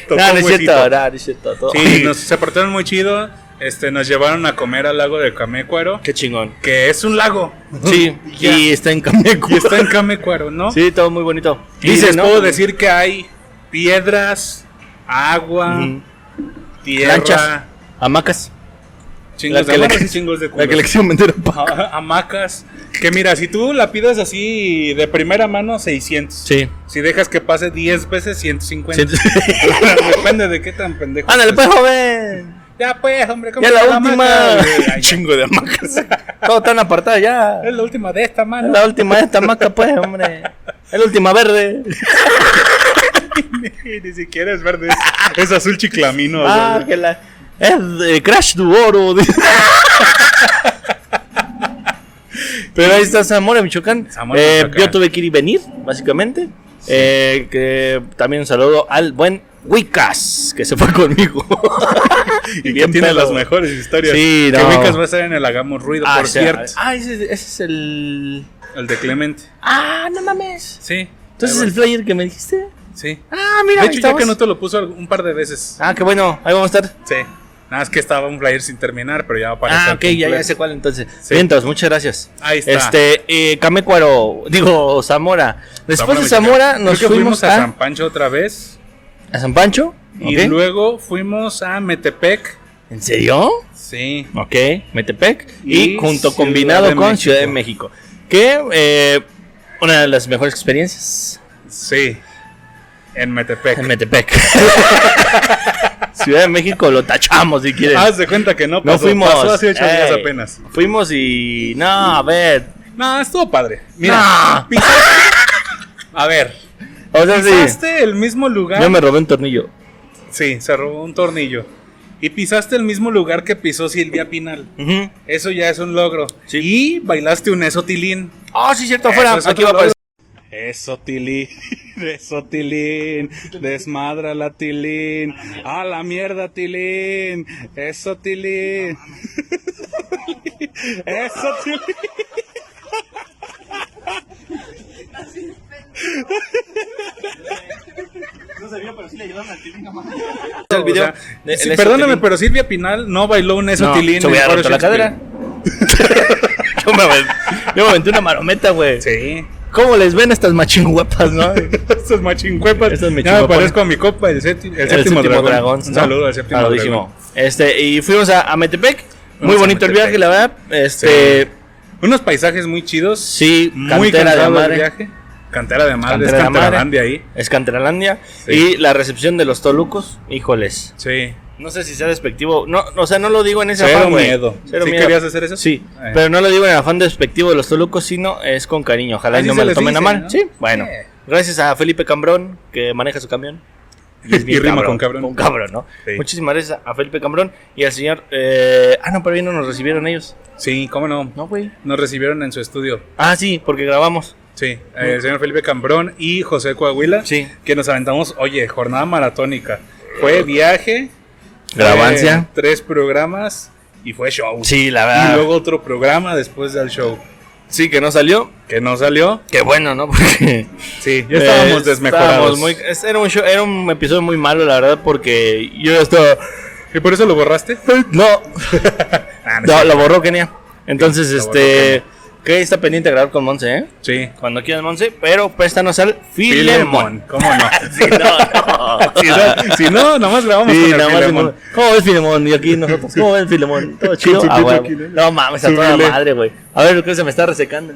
A: Tocó
B: no es
A: huesito.
B: cierto, no, no es cierto. todo.
A: Sí, nos, se portaron muy chido. Este, nos llevaron a comer al lago de Camécuaro,
B: Qué chingón.
A: que es un lago.
B: Sí,
A: Ya.
B: y está en Cameco.
A: Y está en Camécuaro, ¿no?
B: Sí, todo muy bonito.
A: Y Dices,
B: ¿no?
A: puedo decir que hay piedras, agua,
B: Ujú.
A: tierra,
B: Lanchas. Hamacas.
A: chingos
B: La
A: de
B: que le-
A: amarras y chingos de
B: La
A: culos.
B: que le quisieron vender a Paco.
A: Ah, Hamacas. Que mira, si tú la pides así de primera mano, 600.
B: Sí.
A: Si dejas que pase 10 veces, 150.
B: Ciento-
A: Depende de qué tan pendejo.
B: Ándale,
A: estés.
B: pues, joven.
A: Ya pues, hombre,
B: Ya
A: cómprate
B: la última.
A: hamaca, güey. Ay, ya.
B: Chingo de hamacas. Todo tan apartado ya.
A: Es la última de esta
B: Es
A: mano.
B: la última de esta hamaca, pues, hombre. Es la última verde.
A: Ni siquiera es verde. es- Es azul chiclamino.
B: Ah,
A: güey.
B: que la. Es de Crash du Oro. Pero ahí está Zamora, Michoacán.
A: Zamora,
B: Eh,
A: Michoacán.
B: Yo tuve que ir y venir, básicamente. Eh, que también un saludo al buen Wicas, que se fue conmigo.
A: y que tiene
B: pedo.
A: las mejores historias.
B: Sí, no.
A: Que Vicas va a estar en el Hagamos Ruido,
B: Ah,
A: por
B: o sea,
A: cierto.
B: ah, ese, ese es el.
A: El de Clemente.
B: Ah, no mames.
A: Sí.
B: Entonces
A: Ahí
B: el
A: va.
B: flyer que me dijiste.
A: Sí.
B: Ah, mira,
A: De
B: ahí
A: hecho, ya
B: estamos.
A: que no te lo puso un par de veces.
B: Ah, qué bueno, ahí vamos a estar.
A: Sí. Nada, es que estaba un flyer sin terminar, pero ya va a aparecer.
B: Ah, ok, ya,
A: completo.
B: ya sé cuál entonces.
A: Sí.
B: Bien, entonces, muchas gracias.
A: Ahí está.
B: Este, eh, Camecuaro, digo, Zamora. Después de
A: Michoacán.
B: Zamora
A: Creo
B: nos
A: que
B: fuimos, a,
A: a San Pancho otra vez.
B: a San Pancho.
A: Y
B: ok.
A: luego fuimos a Metepec.
B: ¿En serio?
A: Sí.
B: Ok, Metepec. Y,
A: Y
B: junto
A: Ciudad
B: combinado
A: de
B: con
A: México.
B: Ciudad de México. Que, eh, una de las mejores experiencias
A: Sí. En Metepec.
B: en Metepec. Ciudad de México lo tachamos si quieren.
A: Haz de cuenta que no
B: no
A: Ah, pasó.
B: fuimos.
A: Pasó hace ocho días
B: Ey,
A: apenas.
B: Fuimos y. No, a ver.
A: No, estuvo padre.
B: No.
A: Mira. pisaste- a ver.
B: O sea, sí.
A: Pisaste el mismo lugar.
B: Yo me robé un tornillo.
A: Sí, se robó un tornillo. Y pisaste el mismo lugar que pisó Silvia Pinal. Eso ya es un logro.
B: Sí.
A: Y bailaste un esotilín.
B: Ah, sí, cierto,
A: Eso
B: afuera.
A: es
B: Aquí
A: otro
B: va a aparecer.
A: Esotilín, esotilín, desmadra la tilín, a la mierda tilín, esotilín, esotilín.
B: El video de- el
A: perdóname,
B: esotilín.
A: pero Silvia Pinal no bailó un
B: No,
A: esotilín.
B: se hubiera
A: en
B: roto la
A: Foro Shakespeare.
B: cadera. yo, me aventé, yo me aventé una marometa, güey.
A: Sí.
B: ¿Cómo les ven estas machinguapas, no?
A: Estos machincuepas.
B: Estos
A: ya me
B: michinguapas.
A: parezco a mi copa, el, sépti- el
B: El
A: séptimo, dragón. Un
B: ¿no?
A: saludo al séptimo
B: Saludísimo.
A: dragón.
B: Este, y fuimos a, a Metepec. Muy
A: Fuimos a
B: bonito el
A: Metepec.
B: viaje, la verdad. Este,
A: Unos paisajes muy chidos.
B: sí,
A: muy
B: cantera de
A: cansado el
B: madre.
A: viaje. Cantera de madre,
B: Cantera de
A: es
B: madre.
A: Cantera de ahí.
B: Es Canteralandia.
A: Sí.
B: Y la recepción de los Tolucos, híjoles.
A: Sí.
B: No sé si sea despectivo. No, o sea, no lo digo en ese
A: Cero
B: afán, güey.
A: miedo.
B: Cero
A: ¿Sí
B: miedo.
A: querías hacer eso?
B: Sí,
A: Eh.
B: pero no lo digo en afán despectivo de los Tolucos, sino es con cariño. Ojalá y
A: Así
B: no
A: se
B: me lo
A: les
B: tomen a
A: dice,
B: mal.
A: ¿no? Eh,
B: Sí, bueno.
A: Sí.
B: Gracias a Felipe Cambrón, que maneja su camión.
A: Y,
B: Es bien
A: rima con cabrón.
B: Con cabrón, ¿no?
A: Sí.
B: Muchísimas gracias a Felipe Cambrón y al señor. eh, ah, no, pero bien no nos recibieron ellos.
A: Sí, cómo no.
B: No, güey.
A: Nos recibieron en su estudio.
B: Ah, sí, porque grabamos.
A: Sí, eh,
B: Mm.
A: el señor Felipe Cambrón y José Coahuila.
B: Sí.
A: Que nos aventamos, oye, jornada maratónica. Fue viaje. fue
B: Grabancia.
A: Tres programas y fue show.
B: Sí, la verdad.
A: Y luego otro programa después del show.
B: sí, que no salió.
A: Que no salió.
B: Qué bueno, ¿no? Porque.
A: Sí, ya estábamos
B: Eh,
A: desmejorados.
B: estábamos muy- es- era, un show- era un episodio muy malo, la verdad, porque yo estaba.
A: ¿Y por eso lo borraste?
B: No,
A: Ah, no es
B: no,
A: cierto.
B: lo borró Kenia. Entonces,
A: Sí, lo borró
B: este. Que está pendiente de grabar con Monse, ¿eh?
A: Sí.
B: Cuando quieras, Monse, pero préstanos al
A: Filemon.
B: Filemon.
A: ¿Cómo no?
B: Sí, no, no.
A: si, no si no, nomás grabamos
B: Sí,
A: con el
B: nada más.
A: Filemón.
B: Filemón. ¿Cómo ves Filemón? Y aquí nosotros. ¿Cómo ves Filemón? Todo chido.
A: su
B: Ah,
A: pito
B: güey.
A: aquí, ¿no?
B: No mames, a toda
A: Súbele.
B: madre, güey. A ver, creo que se me está resecando.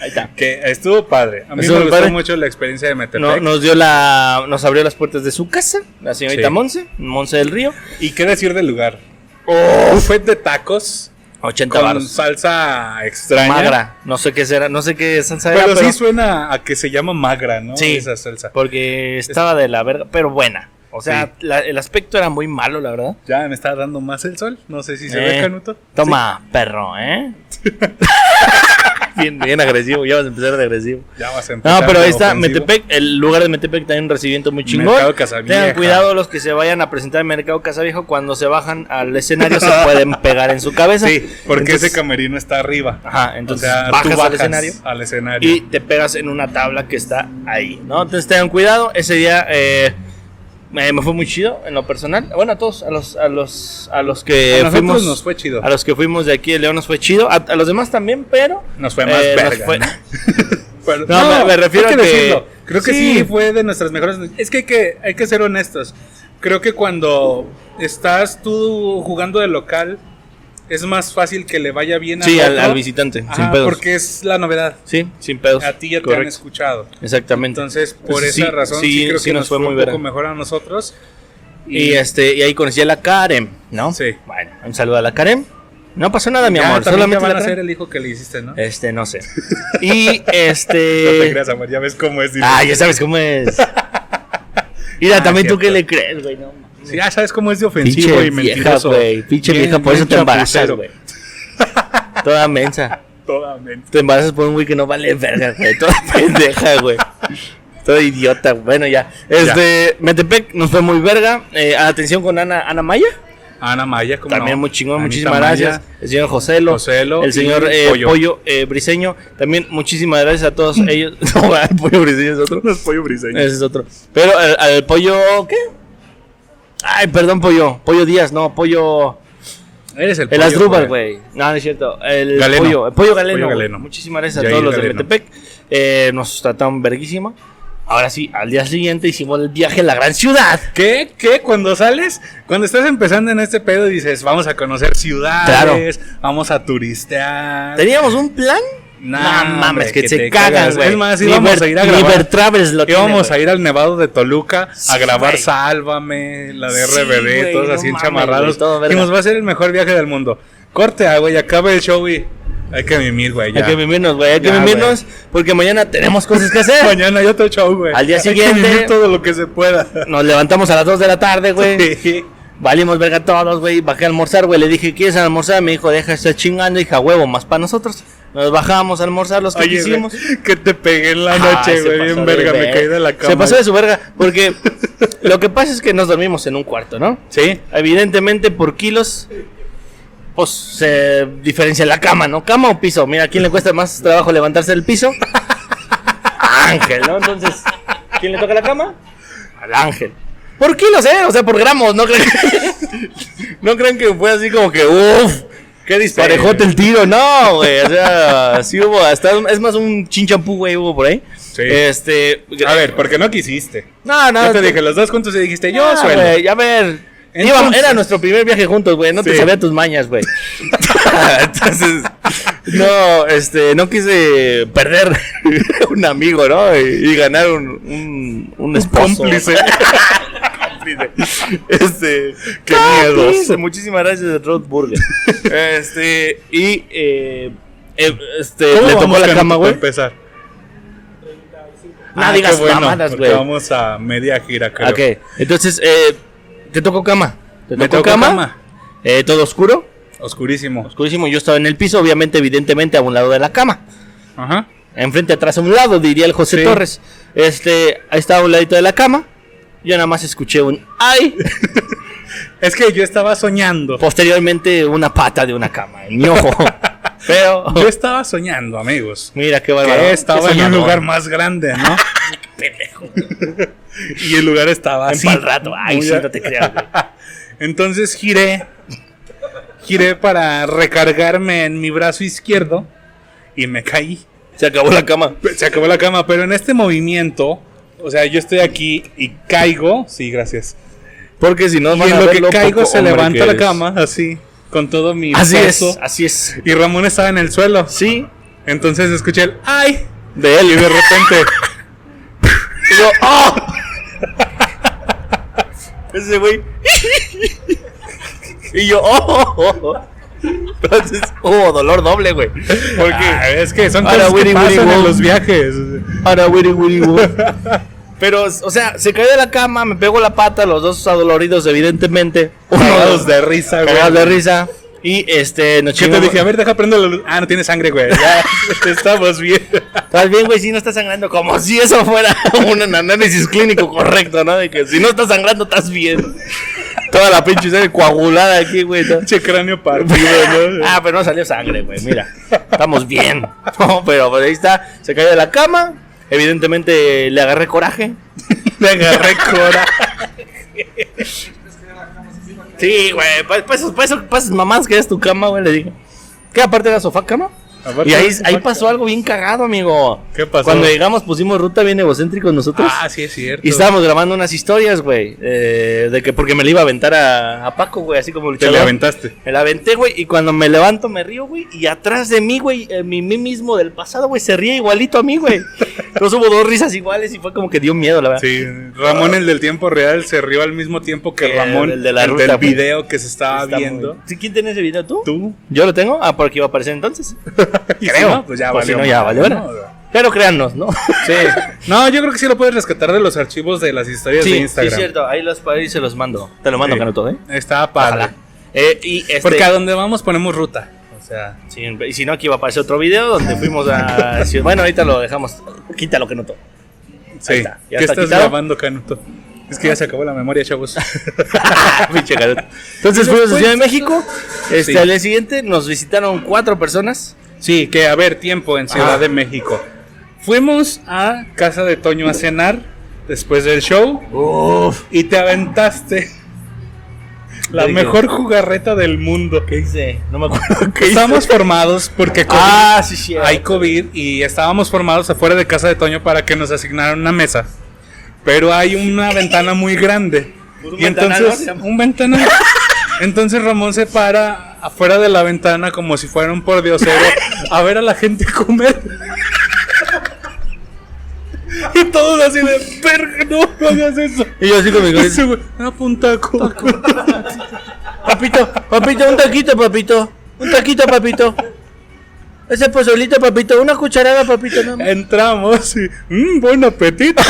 B: Ahí está.
A: Que estuvo padre. A mí
B: Estuvo
A: me gustó
B: padre.
A: mucho la experiencia de Metepec.
B: No, nos dio la, nos abrió las puertas de su casa, la señorita
A: Sí.
B: Monse, Monse del Río.
A: ¿Y qué decir del lugar?
B: Oh.
A: Buffet de tacos
B: 80
A: con
B: baros.
A: salsa extraña.
B: Magra, no sé qué será, no sé qué salsa
A: Pero,
B: era, pero
A: sí suena a que se llama magra, ¿no?
B: Sí.
A: Esa salsa.
B: porque estaba de la verga, pero buena. O sea, la- el aspecto era muy malo, la verdad.
A: Ya me está dando más el sol. No sé si se
B: Eh,
A: ve, Canuto.
B: Toma, perro, ¿eh? bien, bien agresivo, ya vas a empezar de agresivo.
A: Sí, ya vas a
B: No,
A: empezar
B: pero ahí
A: lo
B: está
A: ofensivo.
B: Metepec, el lugar de Metepec también un recibimiento muy chingón.
A: Mercado Casavieja.
B: Tengan cuidado los que se vayan a presentar en Mercado Casaviejo, cuando se bajan al escenario se pueden pegar en su cabeza.
A: Sí, porque
B: Entonces-
A: ese camerino está arriba.
B: Ajá, entonces
A: o sea,
B: bajas,
A: tú bajas
B: al escenario
A: al escenario.
B: y te pegas en una tabla que está ahí, ¿no? Entonces tengan cuidado, ese día eh, me, me fue muy chido en lo personal. Bueno, a todos, a los a los a los que
A: a nosotros
B: eh, fuimos
A: nos fue chido.
B: a los que fuimos de aquí de León nos fue chido, a, a los demás también, pero
A: Nos fue más
B: eh, nos
A: verga,
B: fue-
A: ¿no? Pero-
B: No, me- me refiero
A: hay
B: a que-
A: decirlo. Creo que
B: Sí.
A: sí. fue de nuestras mejores. Es que hay, que hay que ser honestos. Creo que cuando estás tú jugando de local, es más fácil que le vaya bien
B: Sí, al,
A: otro.
B: al visitante,
A: Ajá,
B: sin pedos.
A: Porque es la novedad.
B: Sí, sin pedos.
A: A ti ya te han
B: correcto.
A: escuchado.
B: Exactamente.
A: Entonces, por
B: Sí,
A: esa razón, sí, creo
B: sí
A: que nos fue, un
B: verga.
A: poco mejor a nosotros.
B: Y este, y ahí conocí a la Karen, ¿no?
A: Sí.
B: Bueno, un saludo a la Karen. No pasó nada, mi
A: ya,
B: amor.
A: también
B: Solamente
A: ya van
B: la
A: a ser
B: Karen.
A: el hijo que le hiciste, ¿no?
B: Este, no sé. Y
A: No te
B: este.
A: creas, amor, ya ves cómo es. dice.
B: ah, ya sabes cómo es. Mira,
A: Ah,
B: también
A: cierto.
B: tú que le crees, güey, no mames.
A: Sí, ya sabes cómo es de ofensivo
B: Pinche
A: y
B: vieja,
A: mentiroso.
B: güey. Pinche
A: Bien,
B: vieja, por
A: bien
B: eso te embarazas,
A: chapucero.
B: güey. Toda mensa.
A: Toda mente.
B: Te embarazas por un güey que no vale verga, güey. Toda pendeja, güey. Todo idiota, güey. bueno, ya. Este, Metepec nos fue muy verga. Eh, atención con Ana, Ana Maya.
A: Ana Ah, Maya, como
B: También muy chingón, muchísimas gracias. El señor Joselo,
A: Joselo
B: el señor
A: y
B: eh, Pollo,
A: Pollo.
B: eh, Briseño. También muchísimas gracias a todos ellos. No, va, el Pollo Briseño es otro.
A: Los pollo briseño.
B: Ese es otro. Pero al, al Pollo, ¿qué? Ay, perdón, Pollo. Pollo Díaz, no, Pollo.
A: Eres el
B: El
A: pollo,
B: Asdrúbal, güey. No, no es cierto. El
A: Galeno.
B: Pollo, el Pollo Galeno.
A: Pollo
B: güey.
A: Galeno.
B: Muchísimas gracias a
A: Yair
B: todos los de
A: Galeno.
B: Metepec. Eh, nos trataron verguísima. Ahora sí, al día siguiente hicimos el viaje a la gran ciudad.
A: ¿Qué? ¿Qué? Cuando sales, cuando estás empezando en este pedo, dices, vamos a conocer ciudades, vamos a turistear.
B: Teníamos un plan.
A: Nah,
B: no mames,
A: hombre,
B: que,
A: que
B: se
A: te
B: cagan,
A: cagas.
B: güey.
A: Es más, íbamos
B: Liber-
A: a ir a grabar.
B: Liber Travels lo tiene,
A: Íbamos
B: güey.
A: a ir al Nevado de Toluca
B: Sí,
A: a grabar
B: güey.
A: Sálvame, la de
B: Sí,
A: RBD,
B: güey,
A: todos
B: no
A: así
B: mames, güey,
A: enchamarrados.
B: todo verga.
A: Dijimos, va a ser el mejor viaje del mundo. Corte, ah, güey, acabe el show y hay que mimir, güey.
B: Hay
A: ya.
B: que vivirnos, güey. Hay que
A: Ya,
B: vivirnos porque mañana tenemos cosas que hacer.
A: Mañana hay otro show, güey.
B: Al día
A: Hay que
B: siguiente-
A: vivir todo lo que se pueda.
B: Nos levantamos a las 2 de la tarde, güey.
A: Sí.
B: Valimos verga todos, güey. Bajé a almorzar, güey. Le dije, ¿quieres almorzar? Me dijo, deja de estar chingando, hija, huevo, más para nosotros. Nos bajamos a almorzar los que
A: Oye,
B: quisimos.
A: güey, que te pegué en la
B: Ah,
A: noche,
B: se
A: güey,
B: pasó
A: bien
B: de
A: verga, me
B: ver-
A: caí de la cama.
B: Se pasó de su verga, porque lo que pasa es que nos dormimos en un cuarto, ¿no?
A: Sí.
B: Evidentemente, por kilos, pues se diferencia la cama, ¿no? ¿Cama o piso? Mira, ¿a quién le cuesta más trabajo levantarse del piso? Ángel, ¿no? Entonces, ¿quién le toca la cama? Al Ángel. Por kilos, ¿eh? O sea, por gramos, ¿no creen? no crean que fue así como que, uff, Qué disparejote el tiro, no, güey. O sea, sí hubo, hasta es más un chinchampú, güey, hubo por ahí.
A: Sí.
B: Este,
A: A ver, porque no quisiste.
B: no, no.
A: yo te dije, los dos juntos y dijiste, yo
B: Ah,
A: suelo.
B: güey, a ver.
A: Entonces-
B: Íbamos- era nuestro primer viaje juntos, güey. No te
A: Sí.
B: sabía tus mañas, güey. Entonces, no, este, no quise perder un amigo, ¿no? Y, y ganar un, un, un esposo.
A: cómplice.
B: Cómplice. Este,
A: Qué miedos.
B: Muchísimas gracias, Rod Burger. Este, y, eh, eh, este,
A: ¿Cómo
B: le tocó
A: vamos,
B: la
A: Canuto,
B: cama,
A: para
B: güey.
A: empezar.
B: No
A: Ah, qué
B: digas
A: bueno,
B: mamadas,
A: porque
B: güey.
A: Vamos a media gira, creo.
B: Ok, entonces, eh, te tocó cama. Te
A: Me
B: tocó
A: tocó
B: cama.
A: cama.
B: Eh, todo oscuro.
A: Oscurísimo.
B: Oscurísimo. Yo estaba en el piso, obviamente, evidentemente, a un lado de la cama.
A: Ajá.
B: Enfrente, atrás, a un lado, diría el José
A: Sí.
B: Torres. Este, ahí estaba a un ladito de la cama. Yo nada más escuché un ay.
A: Es que yo estaba soñando.
B: Posteriormente, una pata de una cama en mi ojo. Pero,
A: Yo estaba soñando, amigos.
B: mira qué bárbaro.
A: Que
B: Qué
A: estaba en un
B: soñador.
A: lugar más grande, ¿no? y el lugar estaba
B: En
A: así.
B: pa'l rato. Ay,
A: Muy
B: sí,
A: a-
B: no te creas, güey.
A: Entonces giré, giré para recargarme en mi brazo izquierdo y me caí.
B: Se acabó la cama.
A: Pe- Pues, Se acabó la cama, pero en este movimiento, o sea, yo estoy aquí y caigo. Sí, gracias.
B: Porque si no,
A: Y
B: van a
A: en lo
B: ver
A: que
B: lo
A: caigo
B: poco
A: se
B: hombre que
A: levanta la
B: eres.
A: cama, así, con todo mi
B: Así es,
A: peso.
B: así es.
A: Y Ramón estaba en el suelo.
B: Sí,
A: Entonces escuché el ¡ay!
B: de él.
A: Y de repente, "Ah".
B: Y yo, ¡oh! Ese güey. Y yo, ¡oh! oh, oh". Entonces hubo dolor doble, güey.
A: porque es que son
B: Ah. Ahora,
A: cosas que
B: wiri, wiri,
A: pasan en
B: wow.
A: los viajes.
B: Ahora, wiri, wiri, Pero, o sea, se cayó de la cama, me pegó la pata, los dos adoloridos, evidentemente.
A: Cagados de risa, güey.
B: Cagados de risa. Y este, nos
A: Yo te
B: chingamos-
A: dije, a ver, deja prender la luz. Ah, no tiene sangre, güey. Ya estamos bien.
B: Estás bien, güey, si no estás sangrando, como si eso fuera un análisis clínico correcto, ¿no? De que si no estás sangrando, estás bien. Toda la pinche sangre coagulada aquí, güey. ¿no?
A: Pinche cráneo partido, ¿no?
B: Ah, pero no salió sangre, güey. Mira, estamos bien. No, pero pues ahí está. Se cayó de la cama. Evidentemente le agarré coraje.
A: Le agarré cora.
B: Sí, güey. Para pa eso, pa eso, pa esas mamás que es tu cama, güey, le dije. ¿Qué aparte era sofá cama?
A: Aparte
B: Y ahí,
A: era sofá,
B: ahí
A: cama.
B: pasó algo bien cagado, amigo.
A: ¿Qué pasó?
B: Cuando llegamos pusimos ruta bien egocéntricos nosotros.
A: Ah, sí, es cierto.
B: Y estábamos grabando unas historias, güey. eh, de que porque me le iba a aventar a, a Paco, güey, así como
A: Te
B: luchador.
A: le aventaste.
B: Me la aventé, güey, y cuando me levanto me río, güey, y atrás de mí, güey, eh, mi mí mismo del pasado, güey, se ríe igualito a mí, güey. Entonces hubo dos risas iguales y fue como que dio miedo, la verdad.
A: Sí, Ramón, el del tiempo real, se rió al mismo tiempo que
B: El
A: Ramón,
B: del de la
A: el
B: ruta,
A: del
B: güey.
A: video que se estaba
B: Está muy-
A: viendo.
B: ¿Sí, ¿Quién tiene ese video? ¿Tú?
A: Tú,
B: ¿Yo lo tengo? Ah, porque iba a aparecer entonces.
A: Y si no, pues ya
B: si
A: valió
B: no, ya
A: madre,
B: valió.
A: ¿no?
B: Pero créannos, ¿no?
A: Sí. No, yo creo que sí lo puedes rescatar de los archivos de las historias de
B: sí, sí,
A: Instagram.
B: es cierto. Ahí, los, ahí se los mando. Te lo mando,
A: Sí.
B: Canuto, ¿eh?
A: Está padre.
B: Ojalá. Eh, y este...
A: Porque a donde vamos ponemos ruta. O sea,
B: Sí, y si no, aquí va a aparecer otro video donde fuimos a... Bueno, ahorita lo dejamos. Quítalo, que no to-
A: sí.
B: está. ¿Ya
A: ¿Qué
B: está
A: estás
B: quitado? Ah.
A: grabando, Canuto? Es que ya se acabó la memoria, chavos.
B: Pinche garoto. Entonces fuimos a Ciudad de México. Este,
A: Sí.
B: Al día siguiente nos visitaron cuatro personas.
A: Sí, que a ver, tiempo en Ciudad
B: Ah.
A: de México. Fuimos a casa de Toño a cenar después del show y te aventaste la
B: ¿De qué?
A: mejor jugarreta del mundo.
B: ¿Qué hice? No me acuerdo qué hice.
A: Estamos formados porque COVID,
B: Ah, sí, sí.
A: hay COVID y estábamos formados afuera de casa de Toño para que nos asignaran una mesa. Pero hay una ventana muy grande.
B: Pues un
A: y
B: ventanal,
A: entonces,
B: ¿no? Se llama.
A: un ventanal. Entonces Ramón se para afuera de la ventana como si fuera un pordiosero a ver a la gente comer. Y todos así de, verga, no, no hagas eso.
B: Y yo así con mi
A: Y
B: gorrito.
A: ese güey, "Ah, pa' un taco".
B: Papito, papito, un taquito, papito. Un taquito, papito. Ese pozolito, papito. Una cucharada, papito. nada más.
A: Entramos y, "Mm, buen apetito.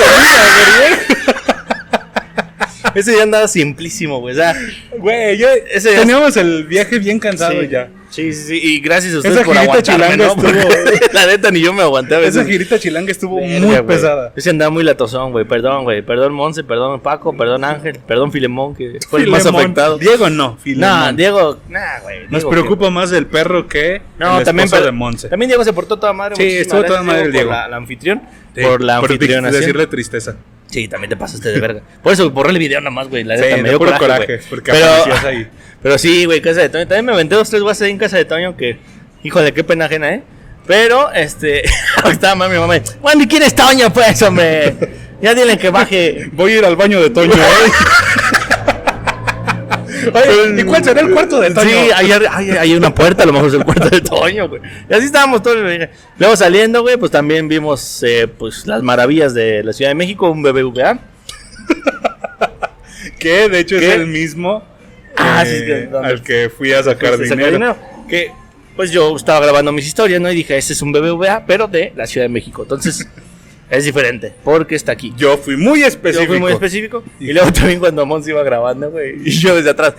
B: Ese día andaba simplísimo, güey. O sea,
A: Güey, yo-
B: Ese ya-
A: teníamos el viaje bien cansado
B: sí.
A: ya.
B: Sí, sí, sí. Y gracias a ustedes
A: Esa
B: por
A: girita
B: aguantarme,
A: chilanga
B: ¿no? Porque
A: estuvo-
B: La neta, ni yo me aguanté a veces.
A: Esa girita chilanga estuvo
B: Verga,
A: muy
B: güey.
A: pesada.
B: Ese andaba muy latosón, güey. Perdón, güey. Perdón, Monse. Perdón, Paco. Perdón, Ángel. Perdón, Filemón, que fue el más
A: Filemón.
B: afectado.
A: Diego no.
B: Nah,
A: Filemón.
B: Diego. Nah, güey.
A: Nos
B: Diego,
A: preocupa más el perro que
B: que- No,
A: el
B: también.
A: esposo
B: pero-
A: de Monse.
B: También Diego se portó toda madre.
A: Sí,
B: muchísimas
A: estuvo toda
B: gracias,
A: madre el
B: por
A: Diego.
B: La, la anfitrión.
A: Sí,
B: por la anfitriona.
A: decirle tristeza.
B: Sí, también te pasaste de verga. Por eso borré el video nada más, güey. La
A: Sí,
B: neta, me
A: de
B: dio
A: puro
B: coraje,
A: coraje,
B: güey.
A: porque aparecías
B: pero,
A: ahí.
B: pero sí, güey, casa de Toño. También me aventé dos, tres guases ahí en casa de Toño que, hijo de qué pena ajena, ¿eh? Pero, este, estaba mami, mamá. Bueno, ¿y quién es Toño, pues, hombre? Ya dile que baje.
A: Voy a ir al baño de Toño. ¿eh? Oye, ¿y cuál será el cuarto de Toño?
B: Sí, hay, hay, hay una puerta, a lo mejor es el cuarto de Toño, güey. Y así estábamos todos. güey. Luego saliendo, güey, pues también vimos eh, pues, las maravillas de la Ciudad de México, un BBVA.
A: que de hecho
B: ¿Qué?
A: es el mismo
B: Ah,
A: eh,
B: sí, es que- no,
A: al que fui a sacar
B: Pues, se
A: dinero.
B: sacó dinero. Que pues yo estaba grabando mis historias, ¿no? Y dije, este es un BBVA, pero de la Ciudad de México. Entonces, es diferente, porque está aquí.
A: Yo fui muy
B: Yo
A: específico.
B: fui muy específico. Y luego también cuando Mons iba grabando, güey, y yo desde atrás,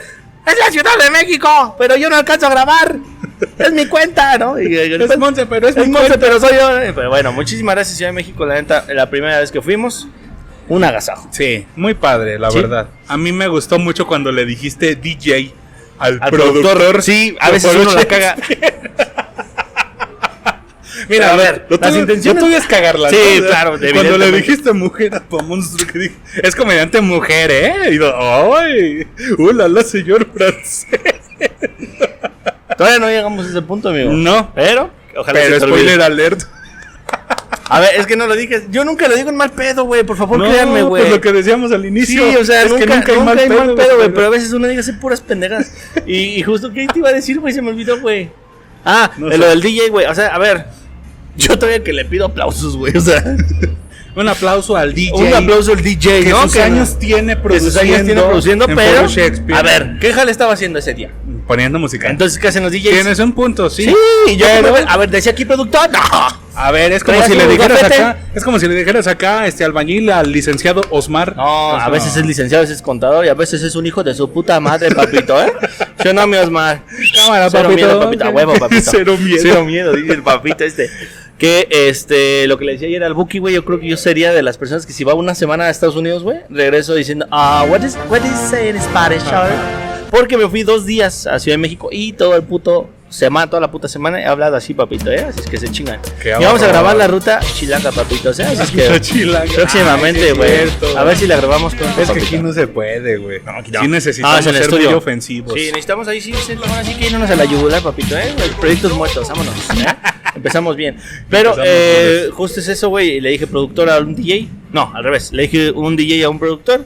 B: ¡Es la Ciudad de México! Pero yo no alcanzo a grabar. Es mi cuenta, ¿no? Y, y-
A: Es Monse, pero es,
B: es
A: mi
B: Monse,
A: cuenta.
B: pero soy yo. Pero bueno, muchísimas gracias, Ciudad de México. La neta, la primera vez que fuimos, un agasajo.
A: Sí, muy padre, la
B: Sí.
A: verdad. A mí me gustó mucho cuando le dijiste DJ al,
B: Al
A: productor.
B: productor, sí, a
A: Lo
B: veces uno la
A: productor.
B: caga.
A: Mira,
B: a
A: lo-
B: ver,
A: lo
B: las
A: tuyo-
B: intenciones-
A: lo tuyo es cagarla.
B: Sí,
A: O sea,
B: claro,
A: Cuando le
B: evidentemente.
A: dijiste mujer a Pomón, que dije, es comediante mujer, ¿eh? Y yo, ¡ay! ¡Uh, la, la, señor francés!
B: Todavía no llegamos a ese punto, amigo.
A: No.
B: Pero, ojalá
A: Pero
B: se te olvide.
A: spoiler alert.
B: A ver, es que no lo dije. Yo nunca lo digo en mal pedo, güey. Por favor,
A: No,
B: créanme, güey.
A: Pues lo que decíamos al
B: Sí,
A: inicio.
B: o sea,
A: es
B: nunca,
A: que nunca hay mal pedo,
B: güey. Pero a veces uno dice puras pendejas. Y, y justo, ¿qué te iba a decir, güey? Se me olvidó, güey. Ah,
A: No
B: de
A: sé.
B: lo del DJ, güey. O sea, a ver. Yo todavía que le pido aplausos, güey. O sea,
A: Un aplauso al DJ.
B: un aplauso al DJ,
A: que
B: ¿no?
A: sus
B: Que-
A: años tiene
B: que
A: produciendo.
B: sus años tiene produciendo,
A: en
B: pero.
A: Foro Shakespeare.
B: A ver, ¿qué jale estaba haciendo ese día?
A: Poniendo música.
B: Entonces, ¿qué hacen los DJs?
A: Tienes un punto, sí.
B: Sí, yo.
A: Pero-
B: A ver, decía aquí productor. No.
A: A ver, es como
B: Traías
A: si le
B: un
A: dijeras
B: gafete.
A: acá, es como si le dijeras acá este albañil al licenciado Osmar.
B: No,
A: O sea,
B: a veces es licenciado, a veces es contador y a veces es un hijo de su puta madre, papito, ¿eh? Yo no me Osmar.
A: Cámara,
B: Cero
A: papito.
B: miedo, papito. A huevo, papito.
A: Cero miedo.
B: Cero miedo, dice el papito este. Que, este, lo que le decía ayer al Buki, güey, yo creo que yo sería de las personas que si va una semana a Estados Unidos, güey, regreso diciendo, ah, what is, what is say in Spanish, sir?" Porque me fui dos días a Ciudad de México y todo el puto semana, toda la puta semana he hablado así, papito, ¿eh? Así es que se chingan.
A: Qué
B: Y vamos a
A: horror.
B: grabar la ruta Chilaca, papito, o sea, así es que...
A: Chilanga. Ay,
B: Próximamente,
A: es
B: güey.
A: Ah, cierto.
B: A ver si la grabamos con
A: Es que aquí no se puede, güey.
B: aquí no.
A: Sí
B: Ah,
A: necesitamos
B: es en el
A: ser muy
B: estudio.
A: ofensivos.
B: Sí, necesitamos ahí sí, sí, bueno, así que irnos a la yugular, papito, ¿eh? Los Proyectos muertos, vámonos. ¿eh? Empezamos bien. Pero
A: Empezamos
B: eh, justo es eso, güey. Le dije productor a un DJ. No, al revés. Le dije un DJ a un productor.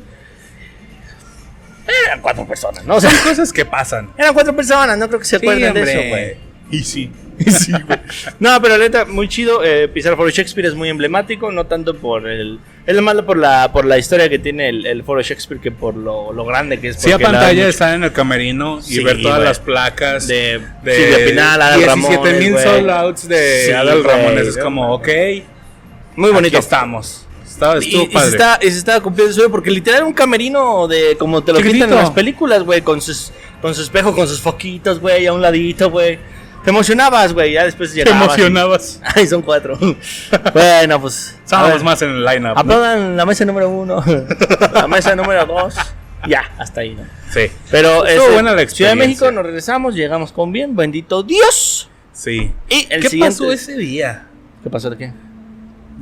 B: Eran cuatro personas, ¿no? O sea,
A: Son cosas que pasan.
B: eran cuatro personas, no creo que se acuerden de eso,
A: hombre.
B: güey.
A: Y sí. Y sí, güey.
B: No, pero la neta, muy chido. Eh, Pizarro Foro Shakespeare es muy emblemático, no tanto por el. Es lo malo por la, por la historia que tiene el, el Foro Shakespeare que por lo, lo grande que es.
A: Sí, a
B: porque la-
A: pantalla estar en el camerino y
B: Sí,
A: ver todas
B: güey.
A: las placas
B: De Silvia Pinal, Adal Ramones,
A: mil
B: güey.
A: sold outs de
B: Sí,
A: Adal
B: güey,
A: Ramones. Es
B: no
A: como, ok,
B: Muy
A: aquí
B: bonito.
A: estamos. Está,
B: Y,
A: estuvo
B: y se
A: padre.
B: está, y se está cumpliendo el sueño porque literal era un camerino de como te lo pintan en
A: Chiquitito.
B: las películas, güey, con sus con su espejo, con sus foquitos, güey, a un ladito, güey. Te emocionabas, güey, ya después
A: Te
B: llegabas. y-
A: emocionabas.
B: Ay, son cuatro. bueno, pues. a
A: Estábamos
B: ver.
A: más en el lineup. ¿no?
B: Aplaudan la mesa número uno, la mesa número dos. Ya, hasta ahí, ¿no?
A: Sí.
B: Pero
A: Estuvo buena la
B: este, Ciudad de
A: experiencia.
B: México, nos regresamos, llegamos con bien, bendito Dios.
A: Sí.
B: Y el
A: ¿Qué
B: siguiente.
A: pasó ese día?
B: ¿Qué pasó de qué?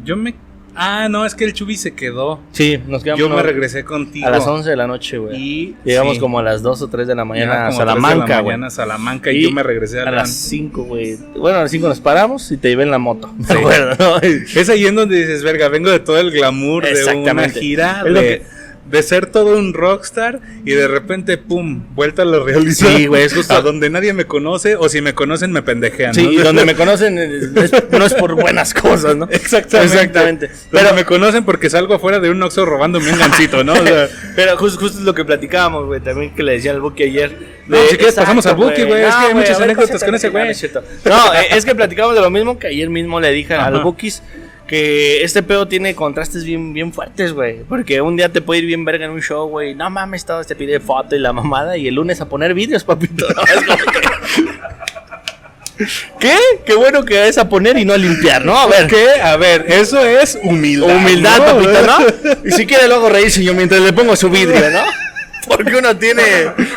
A: Yo me. Ah, no, es que el Chubi se quedó.
B: Sí, nos quedamos
A: Yo
B: ¿no?
A: me regresé contigo.
B: a las 11 de la noche, güey.
A: Y.
B: Llegamos
A: sí,
B: como a las 2 o 3 de la mañana
A: llegaba
B: a
A: como tres de la
B: Salamanca, güey.
A: mañana a Salamanca y, yo me regresé a,
B: a
A: la-
B: las 5, güey. Bueno, a las 5 nos paramos y te llevé en la moto.
A: Sí.
B: Me acuerdo, ¿no?
A: Es ahí en donde dices, verga, vengo de todo el glamour de una
B: Exactamente.
A: gira,
B: Es lo
A: de,
B: que-
A: de ser todo un rockstar y de repente, pum, vuelta a la realidad.
B: Sí, güey, es justo-
A: A donde nadie me conoce o si me conocen me pendejean.
B: Sí,
A: ¿no?
B: y donde me conocen es- es- no es por buenas cosas, ¿no?
A: Exactamente.
B: Exactamente.
A: Pero
B: Pero-
A: me conocen porque salgo afuera de un Oxxo robándome un gancito, ¿no? O sea,
B: Pero jus- justo, es lo que platicábamos, güey, también que le decía al Buki ayer.
A: No,
B: De-
A: si quieres pasamos al Buki, güey, es que hay
B: güey,
A: muchas
B: a ver,
A: anécdotas
B: pásate,
A: con ese
B: no, no
A: güey.
B: es cierto. No, eh, es que platicábamos de lo mismo que ayer mismo le dije a
A: Ajá.
B: los Bukis que este pedo tiene contrastes bien, bien fuertes, güey. Porque un día te puede ir bien verga en un show, güey. No mames, todo te pide foto y la mamada. Y el lunes a poner vídeos, papito. No, es como que- ¿Qué? Qué bueno que es a poner y no a limpiar, ¿no? A ver.
A: ¿Qué? A ver, eso es humildad.
B: Humildad,
A: ¿no?
B: papito, ¿no? Y si quiere luego reírse yo mientras le pongo su vidrio, ¿no? Porque uno tiene.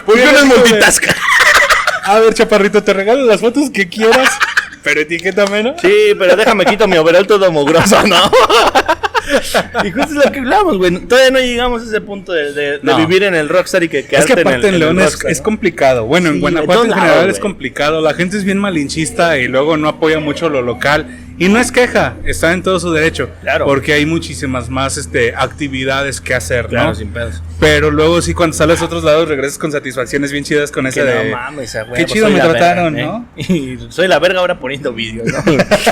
B: Porque uno es multitask.
A: A ver, chaparrito, te regalo las fotos que quieras, pero etiquétame, ¿no?
B: Sí, pero déjame quito mi overall todo mugroso, ¿no? y justo es lo que hablamos, güey. Todavía no llegamos a ese punto de, de- de
A: No.
B: vivir en el rockstar y que
A: Es que
B: quedarte
A: aparte
B: el-
A: en León
B: el
A: es,
B: rockstar,
A: es
B: ¿no?
A: complicado. Bueno,
B: Sí,
A: en
B: de
A: Guanajuato
B: todos
A: en
B: lados,
A: general es
B: güey.
A: complicado. La gente es bien malinchista y luego no apoya mucho lo local. Y no es queja, está en todo su derecho.
B: Claro.
A: Porque hay muchísimas más este, actividades que hacer,
B: Claro,
A: ¿no?
B: sin pedos.
A: Pero luego sí, cuando sales a otros lados, regresas con satisfacciones bien chidas con
B: Que
A: ese de...
B: no mames, a huevo,
A: Qué chido
B: soy
A: me
B: la
A: trataron,
B: verga,
A: ¿no?
B: ¿eh? Y soy la verga ahora poniendo vídeos, ¿no?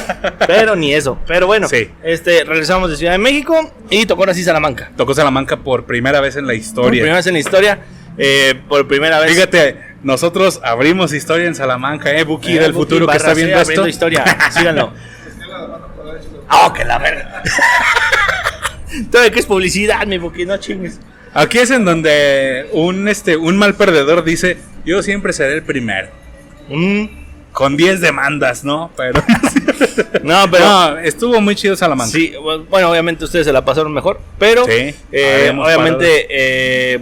B: pero ni eso. Pero bueno,
A: Sí.
B: este, regresamos de Ciudad de México y tocó ahora sí Salamanca.
A: Tocó Salamanca por primera vez en la
B: Por
A: historia.
B: primera vez en la historia, eh, por primera vez.
A: Fíjate, nosotros abrimos historia en Salamanca, ¿eh? Buki
B: Eh,
A: del
B: Buki
A: futuro que
B: barra
A: está
B: C,
A: viendo
B: abriendo
A: esto.
B: historia, síganlo. ¡Ah, que la verga! Todavía que es publicidad, mi porque no chingues.
A: Aquí es en donde un, este, un mal perdedor dice, yo siempre seré el primero.
B: Mm,
A: Con 10 demandas, ¿no? Pero,
B: No, pero.
A: No, estuvo muy chido Salamanca.
B: Sí, bueno, obviamente ustedes se la pasaron mejor, pero
A: Sí,
B: eh,
A: habíamos parado.
B: obviamente eh,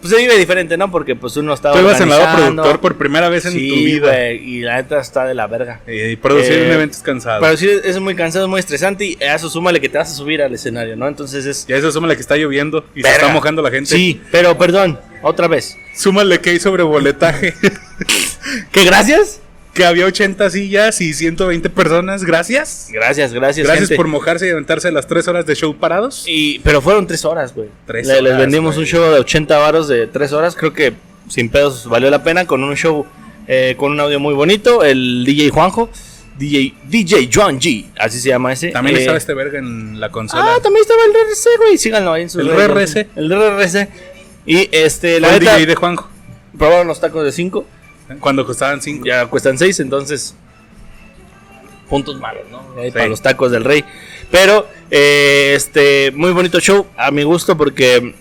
B: pues se vive diferente, ¿no? Porque pues uno estaba
A: Tú ibas en lado
B: organizando.
A: productor por primera vez en
B: sí,
A: tu vida.
B: güey, y la neta está de la verga.
A: Y producir
B: Eh,
A: un evento es cansado.
B: Pero sí, es es muy cansado, es muy estresante y a eso súmale que te vas a subir al escenario, ¿no? Entonces es...
A: Y a eso súmale que está lloviendo y se
B: Verga.
A: está mojando la gente.
B: Sí, pero perdón, otra vez.
A: Súmale que hay sobreboletaje.
B: ¿Qué gracias?
A: que había 80 sillas y 120 personas. Gracias.
B: Gracias, gracias,
A: Gracias
B: gente.
A: por mojarse y aventarse las 3 horas de show parados.
B: Y, pero fueron tres horas, güey.
A: Tres
B: Le- Les
A: horas,
B: vendimos
A: güey.
B: un show de 80 varos de tres horas. Creo que sin pedos valió la pena. Con un show eh, con un audio muy bonito. El DJ Juanjo. DJ, DJ Juan G. Así se llama ese.
A: También
B: Eh,
A: estaba este verga en la consola.
B: Ah, también estaba el RRC, güey. Síganlo ahí en sus
A: El
B: redes,
A: RRC.
B: güey. El RRC. Y este,
A: Fue
B: la
A: el
B: neta,
A: DJ de Juanjo.
B: probaron los tacos de 5.
A: Cuando costaban 5.
B: Ya cuestan 6, entonces. Puntos malos, ¿no? Ahí
A: Sí.
B: Para los tacos del rey. Pero, eh, este, muy bonito show, a mi gusto, porque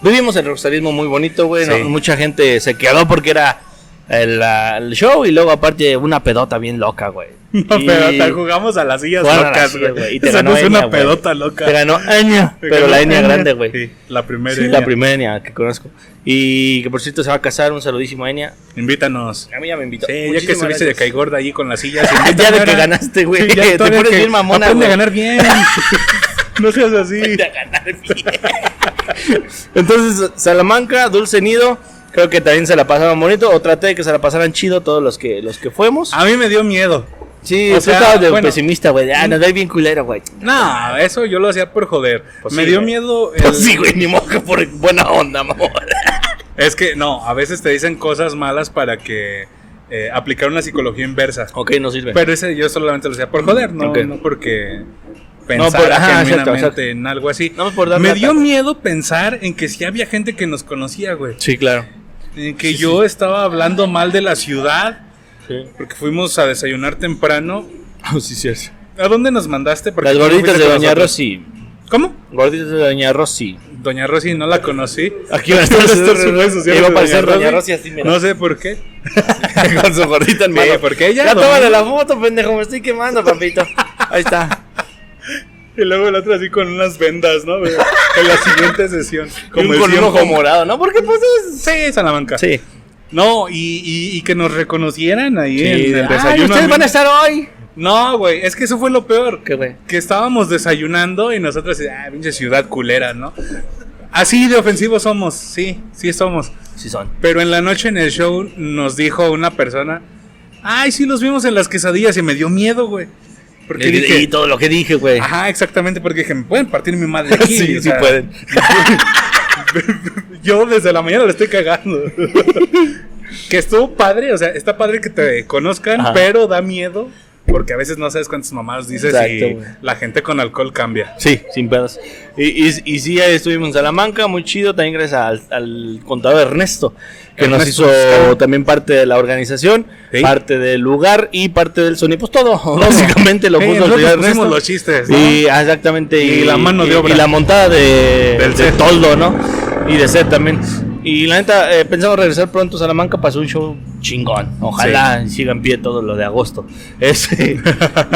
B: vivimos el rockstarismo muy bonito, güey. ¿no?
A: Sí.
B: Mucha gente se quedó porque era el, la- el show y luego, aparte, una pedota bien loca, güey.
A: Una
B: Y-
A: pedota, jugamos a las sillas
B: Jugaron a las
A: locas,
B: sillas, güey,
A: güey.
B: y te
A: Esa
B: ganó
A: no es una
B: Enya, güey.
A: pedota loca.
B: Te ganó Enya,
A: Te
B: pero
A: ganó
B: la Enya
A: Enya.
B: grande, güey.
A: Sí, la primera
B: Sí,
A: Enya.
B: la primera Enya que conozco. Y que por cierto se va a casar, un saludísimo a Enya.
A: Invítanos.
B: A mí ya me invitó.
A: Sí, ya que
B: Muchísimas
A: estuviste de
B: gracias.
A: caigorda ahí con las sillas.
B: Ya
A: invítanos,
B: de que
A: ahora.
B: ganaste, güey.
A: Sí, ya
B: Te
A: todavía
B: pones
A: que
B: bien mamona,
A: Aprende a
B: güey.
A: ganar bien. no seas así.
B: de ganar bien. Entonces, Salamanca, Dulce Nido, creo que también se la pasaron bonito. O traté de que se la pasaran chido todos los que los que fuimos.
A: A mí me dio miedo.
B: sí,
A: Ah, o
B: tú
A: sea,
B: estabas de
A: bueno.
B: pesimista, güey. de, Ah, nos ve bien culero, güey.
A: No, eso yo lo hacía por joder.
B: Pues
A: me
B: sí,
A: dio
B: güey.
A: miedo. el-
B: Pues sí, güey, ni moja por buena onda, amor.
A: Es que no, a veces te dicen cosas malas para que eh, aplicar una psicología inversa.
B: Ok, no sirve.
A: Pero ese yo solamente lo hacía por joder, no,
B: Ok.
A: no porque
B: No, por-
A: pensara
B: ajá,
A: genuinamente
B: exacto, exacto.
A: en algo así.
B: No, pues, por dar
A: me
B: lata.
A: dio miedo pensar en que si había gente que nos conocía, güey.
B: sí, claro.
A: En que yo estaba hablando mal de la ciudad,
B: Sí, Oh,
A: porque fuimos a desayunar temprano.
B: sí, sí.
A: ¿A dónde nos mandaste? Porque
B: Las
A: tú no
B: gorditas
A: fuiste
B: de
A: con
B: Doña
A: nosotros.
B: Rosy.
A: ¿Cómo?
B: Gorditas de Doña Rosy.
A: Doña Rosy, no la conocí.
B: Aquí va
A: Iba
B: a estar
A: a estar sus redes sociales
B: Iba a
A: de
B: aparecer
A: Doña
B: Doña
A: Rosy.
B: Rosy así, mira.
A: No sé por qué.
B: con su gordita en
A: Sí,
B: mano.
A: porque ella
B: Ya
A: lo-
B: tómale la foto, pendejo, me estoy quemando, papito. Ahí está.
A: Y luego el otro así con unas vendas, ¿no? Pero en la siguiente sesión.
B: Como con un
A: tiempo.
B: ojo morado, ¿no? Porque pues es...
A: Sí, Salamanca.
B: Sí.
A: No, y, y- y que nos reconocieran ahí en el
B: Ay,
A: desayuno.
B: ustedes
A: mí-
B: van a estar hoy.
A: No, güey, es que eso fue lo peor.
B: ¿Qué, güey?
A: Que estábamos desayunando y nosotros, ah, pinche ciudad culera, ¿no? Así de ofensivos somos, sí, sí somos.
B: Sí son.
A: Pero en la noche en el show nos dijo una persona, ay, sí los vimos en las quesadillas y me dio miedo, güey. Porque
B: Y,
A: dije,
B: y todo lo que dije, güey.
A: ajá, exactamente, porque dije, me pueden partir mi madre aquí.
B: Ah, Sí,
A: o
B: sí
A: sea,
B: pueden.
A: Yo desde la mañana le estoy cagando. que estuvo padre, o sea, está padre que te conozcan,
B: Ajá.
A: pero da miedo. Porque a veces no sabes cuántas mamadas dices y
B: Exacto, güey.
A: la gente con alcohol cambia.
B: Sí, sin pedos. Y, y, y sí, ahí estuvimos en Salamanca, muy chido. También gracias al, al contador Ernesto, que nos
A: Ernesto
B: hizo
A: Vizcarra.
B: también parte de la organización,
A: Sí.
B: parte del lugar y parte del sonido. Pues todo, básicamente lo
A: Sí,
B: puso el
A: nosotros
B: señor
A: pusimos
B: Ernesto.
A: los chistes, ¿no?
B: Y ah, exactamente.
A: Y la mano de
B: y-
A: obra.
B: Y la montada de,
A: Del
B: de
A: set.
B: Toldo, ¿no? Y de set también. Y la neta, eh, pensamos regresar pronto a Salamanca para hacer un show chingón. Ojalá siga en pie todo lo de agosto. Ese.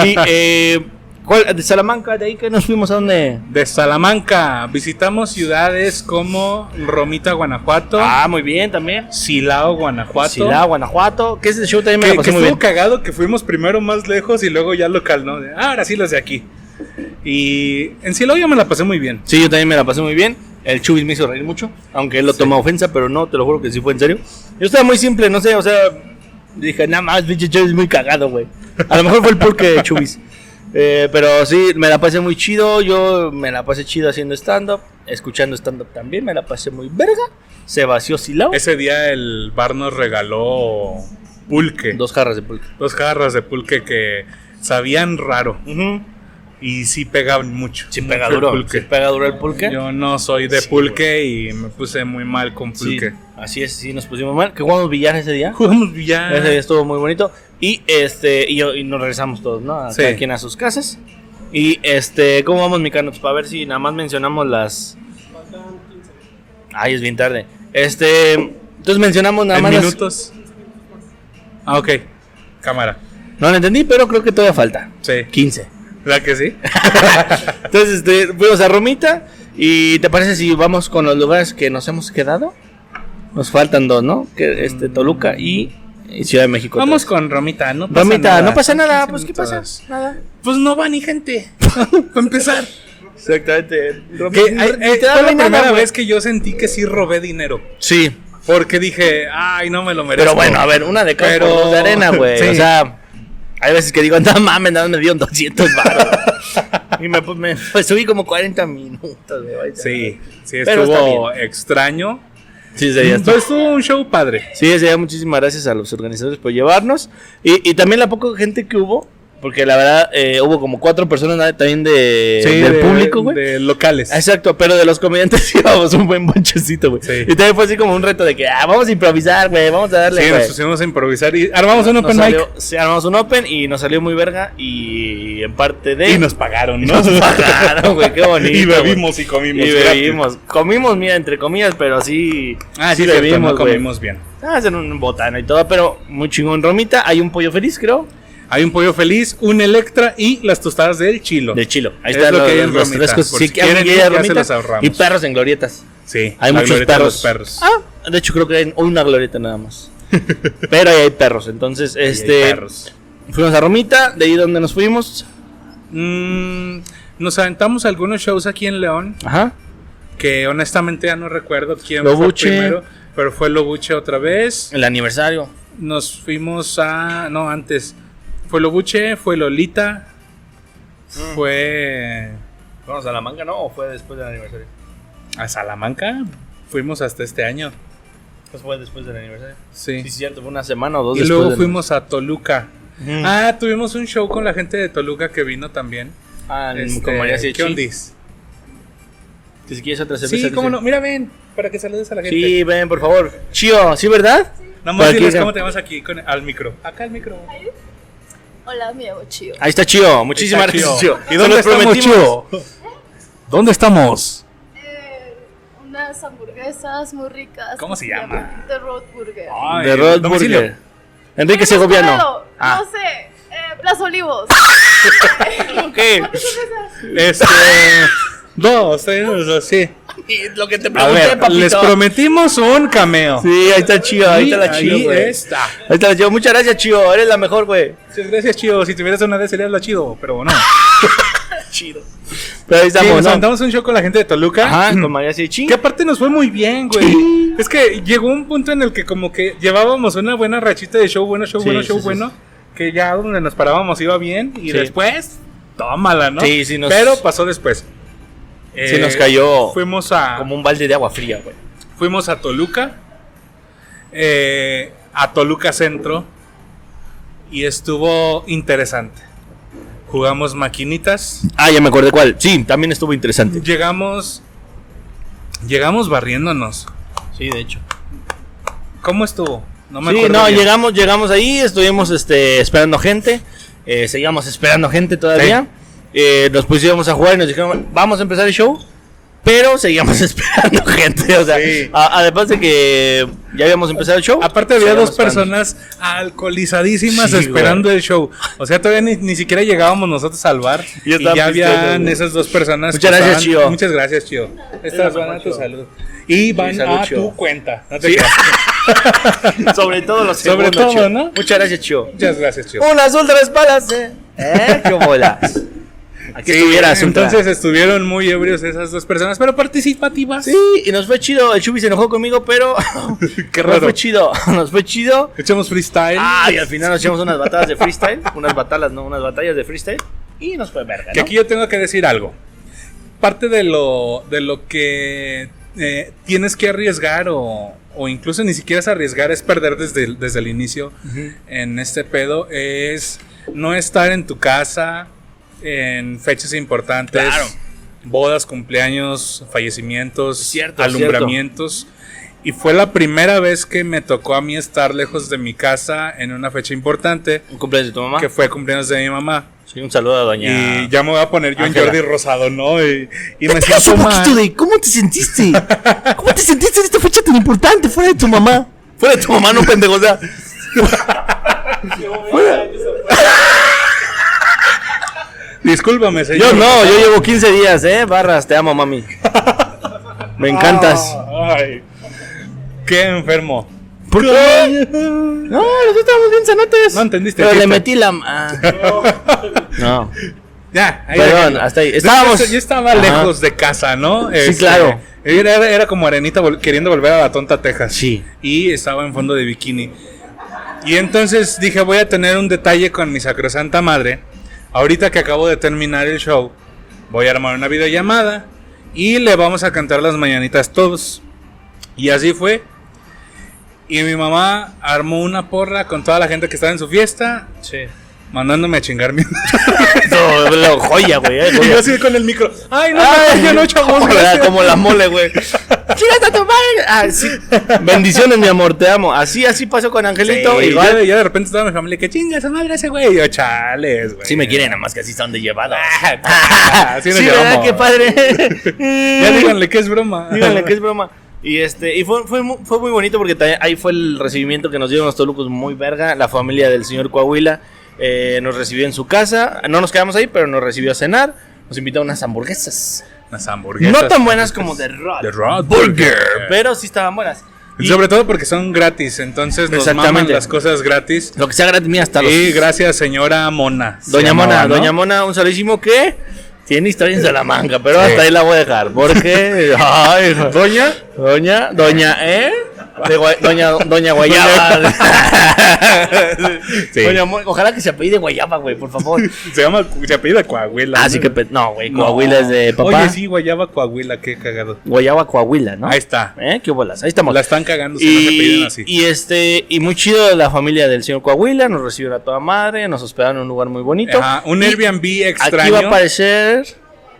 B: y, eh, ¿cuál- de Salamanca, de ahí que nos fuimos a donde.
A: De Salamanca visitamos ciudades como Romita, Guanajuato,
B: Ah, muy bien también.
A: Silao, Guanajuato.
B: Silao, Guanajuato. Que ese show también me
A: Que,
B: la
A: que
B: pasé muy
A: estuvo
B: bien.
A: cagado que fuimos primero más lejos y luego ya local, ¿no? De, "Ah, ahora sí los de aquí. Y en Cielo yo me la pasé muy bien.
B: Sí, yo también me la pasé muy bien. El Chubis me hizo reír mucho, aunque él lo toma ofensa, pero no, te lo juro que sí fue en serio. Yo estaba muy simple, no sé, o sea, dije, nada más, pinche Chubis muy cagado, güey. A lo mejor fue el porque de Chubis. Eh, pero sí, me la pasé muy chido, yo me la pasé chido haciendo stand-up, escuchando stand-up también, me la pasé muy verga. Se vació Silao,
A: Ese día el bar nos regaló pulque.
B: dos jarras de pulque.
A: Dos jarras de pulque que sabían raro
B: Ujú.
A: y sí pegaban mucho.
B: Sí,
A: mucho
B: pega
A: el
B: duro,
A: pulque.
B: sí pega duro el pulque.
A: Yo no soy de
B: Sí,
A: pulque y me puse muy mal con
B: Sí,
A: pulque.
B: así es, sí, nos pusimos mal. Que jugamos billar ese día.
A: Jugamos billar.
B: Ese día estuvo muy bonito. Y este, y, yo- y nos regresamos todos, ¿no? A
A: Sí.
B: cada quien a sus casas. Y este, ¿cómo vamos, mi Pues Para ver si nada más mencionamos las. Ay, es bien tarde. Este, entonces mencionamos nada
A: ¿En
B: más. las-
A: minutos? Ah, ok. Cámara.
B: No lo entendí, pero creo que todavía falta.
A: Sí.
B: 15.
A: ¿Verdad que sí?
B: Entonces, este, fuimos a Romita. ¿Y te parece si vamos con los lugares que nos hemos quedado? Nos faltan dos, ¿no? Que, este, Toluca y, y Ciudad de México.
A: Vamos con Romita, no pasa
B: Ramita,
A: nada.
B: no pasa
A: Son
B: nada,
A: 15
B: pues ¿qué pasa?
A: minutos.
B: Nada.
A: Pues no va ni gente. Para empezar.
B: Exactamente.
A: Que, ay, eh, fue la primera vez que yo sentí que sí robé dinero.
B: Sí,
A: Porque dije, ay, no me lo merezco.
B: pero bueno, a ver, una de cada
A: Pero-
B: por dos de arena, güey.
A: Sí.
B: O sea, hay veces que digo, no mames, nada más me dieron 200 baros. y me, pues, me- pues, subí como 40 minutos, güey. vaya.
A: Sí, sí,
B: Pero
A: estuvo extraño.
B: Sí, ese día estuvo-
A: Pero estuvo un show padre.
B: Sí, ese día muchísimas gracias a los organizadores por llevarnos. Y, y también la poca gente que hubo, porque la verdad eh, hubo como cuatro personas ¿no? también de, Eh, del
A: de-
B: público, güey.
A: De locales.
B: Exacto, pero de los comediantes íbamos un buen bonchecito, güey.
A: Sí.
B: Y también fue así como un reto de que, ah, vamos a improvisar, güey, vamos a darle,
A: Sí,
B: güey.
A: nos pusimos a improvisar y armamos un
B: Nos
A: open mic.
B: salió- sí, armamos un open y nos salió muy verga y en parte de...
A: Y nos pagaron, ¿no?
B: nos pagaron, güey, qué bonito.
A: y
B: güey.
A: bebimos y comimos.
B: Y
A: gratis.
B: bebimos. Comimos, mira, entre comillas, pero sí...
A: Ah, sí, bebimos,
B: bebimos, güey.
A: comimos bien.
B: Ah, hacen un botana y todo, pero muy chingón. Romita, hay un pollo feliz, creo,
A: Hay un pollo feliz, un Electra y las tostadas del chilo.
B: de chilo. Ahí
A: Es
B: están
A: lo
B: los,
A: que hay en
B: los
A: Romita,
B: tres cosas.
A: por
B: Sí,
A: si
B: que hay
A: quieren
B: en
A: ir, ya se
B: Romita
A: los ahorramos.
B: Y perros en glorietas.
A: sí, la
B: Hay muchos
A: glorieta de
B: perros.
A: los perros.
B: Ah, de hecho creo que hay una glorieta nada más. Pero ahí hay perros, entonces
A: Y hay
B: este
A: perros.
B: fuimos a Romita, de ahí donde nos fuimos.
A: Mm, nos aventamos algunos shows aquí en León
B: Ajá. que
A: que honestamente ya no recuerdo quién
B: Lobuche.
A: fue primero, pero fue Lobuche otra vez.
B: El aniversario.
A: Nos fuimos a no, antes fue Lobuche, fue Lolita, fue
B: ¿Vamos a la manga, no? ¿O fue después del aniversario?
A: a Salamanca. Fuimos hasta este año.
B: Pues fue después del aniversario.
A: Sí.
B: cierto, fue una semana o dos
A: y
B: después Mm.
A: luego
B: del-
A: fuimos a Toluca.
B: Ujú.
A: Ah, tuvimos un show con la gente de Toluca que vino también.
B: Ah, en-
A: Este,
B: con María Siechi.
A: ¿Qué ondis?
B: Que si quieres otra cerveza.
A: Sí, cómo
B: dice.
A: no. Mira, ven, para que saludes a la gente.
B: Sí, ven, por favor. Chío, ¿sí, verdad?
A: Nada más
B: Para que
A: diles
B: digan-
A: cómo te llamas aquí con, al micro. Acá al micro.
C: Hola, me llamo Chio.
B: Ahí está Chío, muchísimas
A: Ahí está
B: gracias.
A: Chío.
B: Chío.
A: ¿Y dónde
B: Se lo
A: estamos,
B: prometimos.
A: ¿Dónde estamos?
C: Eh, unas hamburguesas muy ricas.
A: ¿Cómo se llama? Ah.
C: The Road Burger.
B: De Rod Burger. Enrique Segoviano.
C: No sé. Eh, Plaza Olivos.
B: ok.
A: Este. dos, eh, tres, así.
B: Lo que te
A: A ver, les prometimos un cameo.
B: Sí, ahí está Chío, ahí está la eh.
A: Y
B: Chío,
A: ahí
B: güey. Ahí
A: está.
B: está la Chío. Muchas gracias, Chío. Eres la mejor, güey.
A: Muchas gracias, chido. Si tuvieras una de sería la chido, pero no.
B: Chido. Pero ahí
A: Sí,
B: estamos,
A: nos
B: ¿no?
A: aventamos un show con la gente de Toluca.
B: Ajá, con María Siechi.
A: Que aparte nos fue muy bien, güey. Es que llegó un punto en el que como que llevábamos una buena rachita de show, bueno, show,
B: Sí,
A: bueno,
B: sí,
A: show,
B: sí,
A: bueno. Que ya donde nos parábamos iba bien. Y
B: Sí.
A: después, tómala, ¿no?
B: Sí, sí nos-
A: Pero pasó después.
B: Se
A: Eh,
B: nos cayó
A: Fuimos a,
B: como un balde de agua fría, güey.
A: fuimos a Toluca. eh, a Toluca Centro. Y estuvo interesante. Jugamos maquinitas.
B: Ah, ya me acordé cuál. Sí, también estuvo interesante.
A: Llegamos... Llegamos barriéndonos.
B: Sí, de hecho.
A: ¿Cómo estuvo? No
B: sí,
A: acuerdo
B: no,
A: bien.
B: llegamos, llegamos ahí, estuvimos este, esperando gente, eh, seguíamos esperando gente todavía, eh, nos pusimos a jugar y nos dijeron, vamos a empezar el show, pero seguíamos esperando gente, o sea,
A: Sí.
B: a- además de que ya habíamos empezado el show.
A: Aparte había
B: seguíamos
A: dos
B: esperando.
A: personas alcoholizadísimas
B: Sí,
A: esperando el show. O sea, todavía ni, ni siquiera llegábamos nosotros al bar.
B: Y ya
A: Y,
B: estaban
A: ya
B: pisteando,
A: habían
B: güey.
A: esas dos personas.
B: Muchas
A: que
B: gracias,
A: estaban-
B: Chío.
A: Muchas gracias, Chío. Estas van a tu
B: Chío.
A: salud. Y van
B: salud,
A: a
B: Chío.
A: tu cuenta. No te creas.
B: Sobre todo los
A: Sobre
B: segundos,
A: todo,
B: Chio.
A: ¿no?
B: Muchas gracias, Chio.
A: Muchas gracias, Chío.
B: Unas ultras balas, ¿eh? ¿Eh? ¿Qué bolas? Aquí
A: Sí,
B: estuviera Asunta.
A: entonces estuvieron muy ebrios esas dos personas, pero participativas.
B: Sí, y nos fue chido. El Chubby se enojó conmigo, pero.
A: Qué
B: Nos
A: raro.
B: fue chido. Nos fue chido.
A: Echamos freestyle.
B: Ah, y al final nos echamos unas batallas de freestyle. Unas batallas, no, unas batallas de freestyle. Y nos fue verga.
A: Que
B: ¿no?
A: aquí yo tengo que decir algo. Parte de lo, de lo que eh, tienes que arriesgar o, o incluso ni siquiera es arriesgar, es perder desde el, desde el inicio en este pedo, es no estar en tu casa en fechas importantes.
B: Claro.
A: Bodas, cumpleaños, fallecimientos,
B: Cierto,
A: alumbramientos. Y fue la primera vez que me tocó a mí estar lejos de mi casa en una fecha importante,
B: Un cumpleaños de tu mamá.
A: que fue cumpleaños de mi mamá.
B: Sí, un saludo a doña.
A: Y ya me voy a poner yo en
B: Ángela.
A: Jordi Rosado, ¿no? Y, y me
D: Platícanos
A: siento
D: un poquito
A: mal.
D: de cómo te sentiste. ¿Cómo te sentiste en esta fecha tan importante fuera de tu mamá?
B: Fuera de tu mamá, no pendejo. O sea,
A: Discúlpame, señor.
B: yo no, yo llevo 15 días, ¿eh? Barras, te amo, mami. Me encantas.
A: Ah, ay. Qué enfermo.
D: ¿Por qué?
B: No, nosotros estamos bien sanotes.
A: No entendiste el
B: Pero le
A: chiste.
B: metí la. ah. No.
A: Ya, ahí
B: Perdón,
A: déjenlo.
B: hasta ahí.
A: Entonces,
B: Estábamos.
A: Yo, yo estaba
B: Ajá.
A: lejos de casa, ¿no? Este,
B: claro.
A: Era, era- era como arenita vol- queriendo volver a la tonta Texas.
B: Sí.
A: Y estaba en fondo de bikini. Y entonces dije, voy a tener un detalle con mi sacrosanta madre. Ahorita que acabo de terminar el show, voy a armar una videollamada y le vamos a cantar las mañanitas todos. Y así fue. Y mi mamá armó una porra con toda la gente que estaba en su fiesta,
B: Sí.
A: mandándome a chingar mi...
B: No, lo- joya, güey. eh,
A: Y
B: joya.
A: yo así con el micro. Ay, no,
B: Ay,
A: yo no, chavos.
B: como, la,
A: gracias".
B: como la mole, güey. Chingas a tu madre. Ah, sí. Bendiciones, mi amor, te amo. Así, así pasó con Angelito.
A: Sí,
B: igual.
A: yo, de- yo de repente estaba mi familia que chinga esa madre ese güey. Y yo, chales, güey.
B: Sí me quieren, nada más que así son de llevados.
A: así nos
B: Ah, sí, ¿verdad?
A: llevamos.
B: Qué padre.
A: Ya díganle que es broma.
B: Díganle que es broma. Y este, y fue, fue, mu- fue muy bonito porque también ahí fue el recibimiento que nos dieron los Tolucos muy verga. La familia del señor Coahuila eh, nos recibió en su casa. No nos quedamos ahí, pero nos recibió a cenar. Nos invitó a unas hamburguesas.
A: Las hamburguesas.
B: no tan buenas como de Rod.
A: De Rod Burger.
B: Pero sí estaban buenas.
A: Y
B: Y
A: sobre todo porque son gratis. Entonces nos
B: Exactamente.
A: maman las cosas gratis.
B: lo que sea gratis, mira, hasta los.
A: Y gracias, señora Mona. Se
B: Doña Mona,
A: llamaba, ¿no?
B: Doña Mona, un saludísimo que tiene historia en Salamanca, pero
A: Sí.
B: hasta ahí la voy a dejar. Porque. Ay,
A: Doña.
B: Doña, doña, ¿eh? De Gua- doña, doña Guayaba.
A: Sí.
B: Doña Mo- ojalá que se apellide Guayaba, güey, por favor.
A: Se llama, se apellida Coahuila.
B: Así que, Ah, pe- no, güey, Coahuila es de papá.
A: Oye, sí, Guayaba Coahuila, qué cagado.
B: Guayaba, Coahuila, ¿no?
A: Ahí está.
B: ¿Eh? ¿Qué bolas? Ahí estamos.
A: La están cagando si no se
B: Y,
A: apellidan así.
B: y este, y muy chido la familia del señor Coahuila, nos recibieron a toda madre, nos hospedaron en un lugar muy bonito.
A: Ajá, un
B: Y
A: Airbnb
B: Aquí
A: extraño.
B: va a aparecer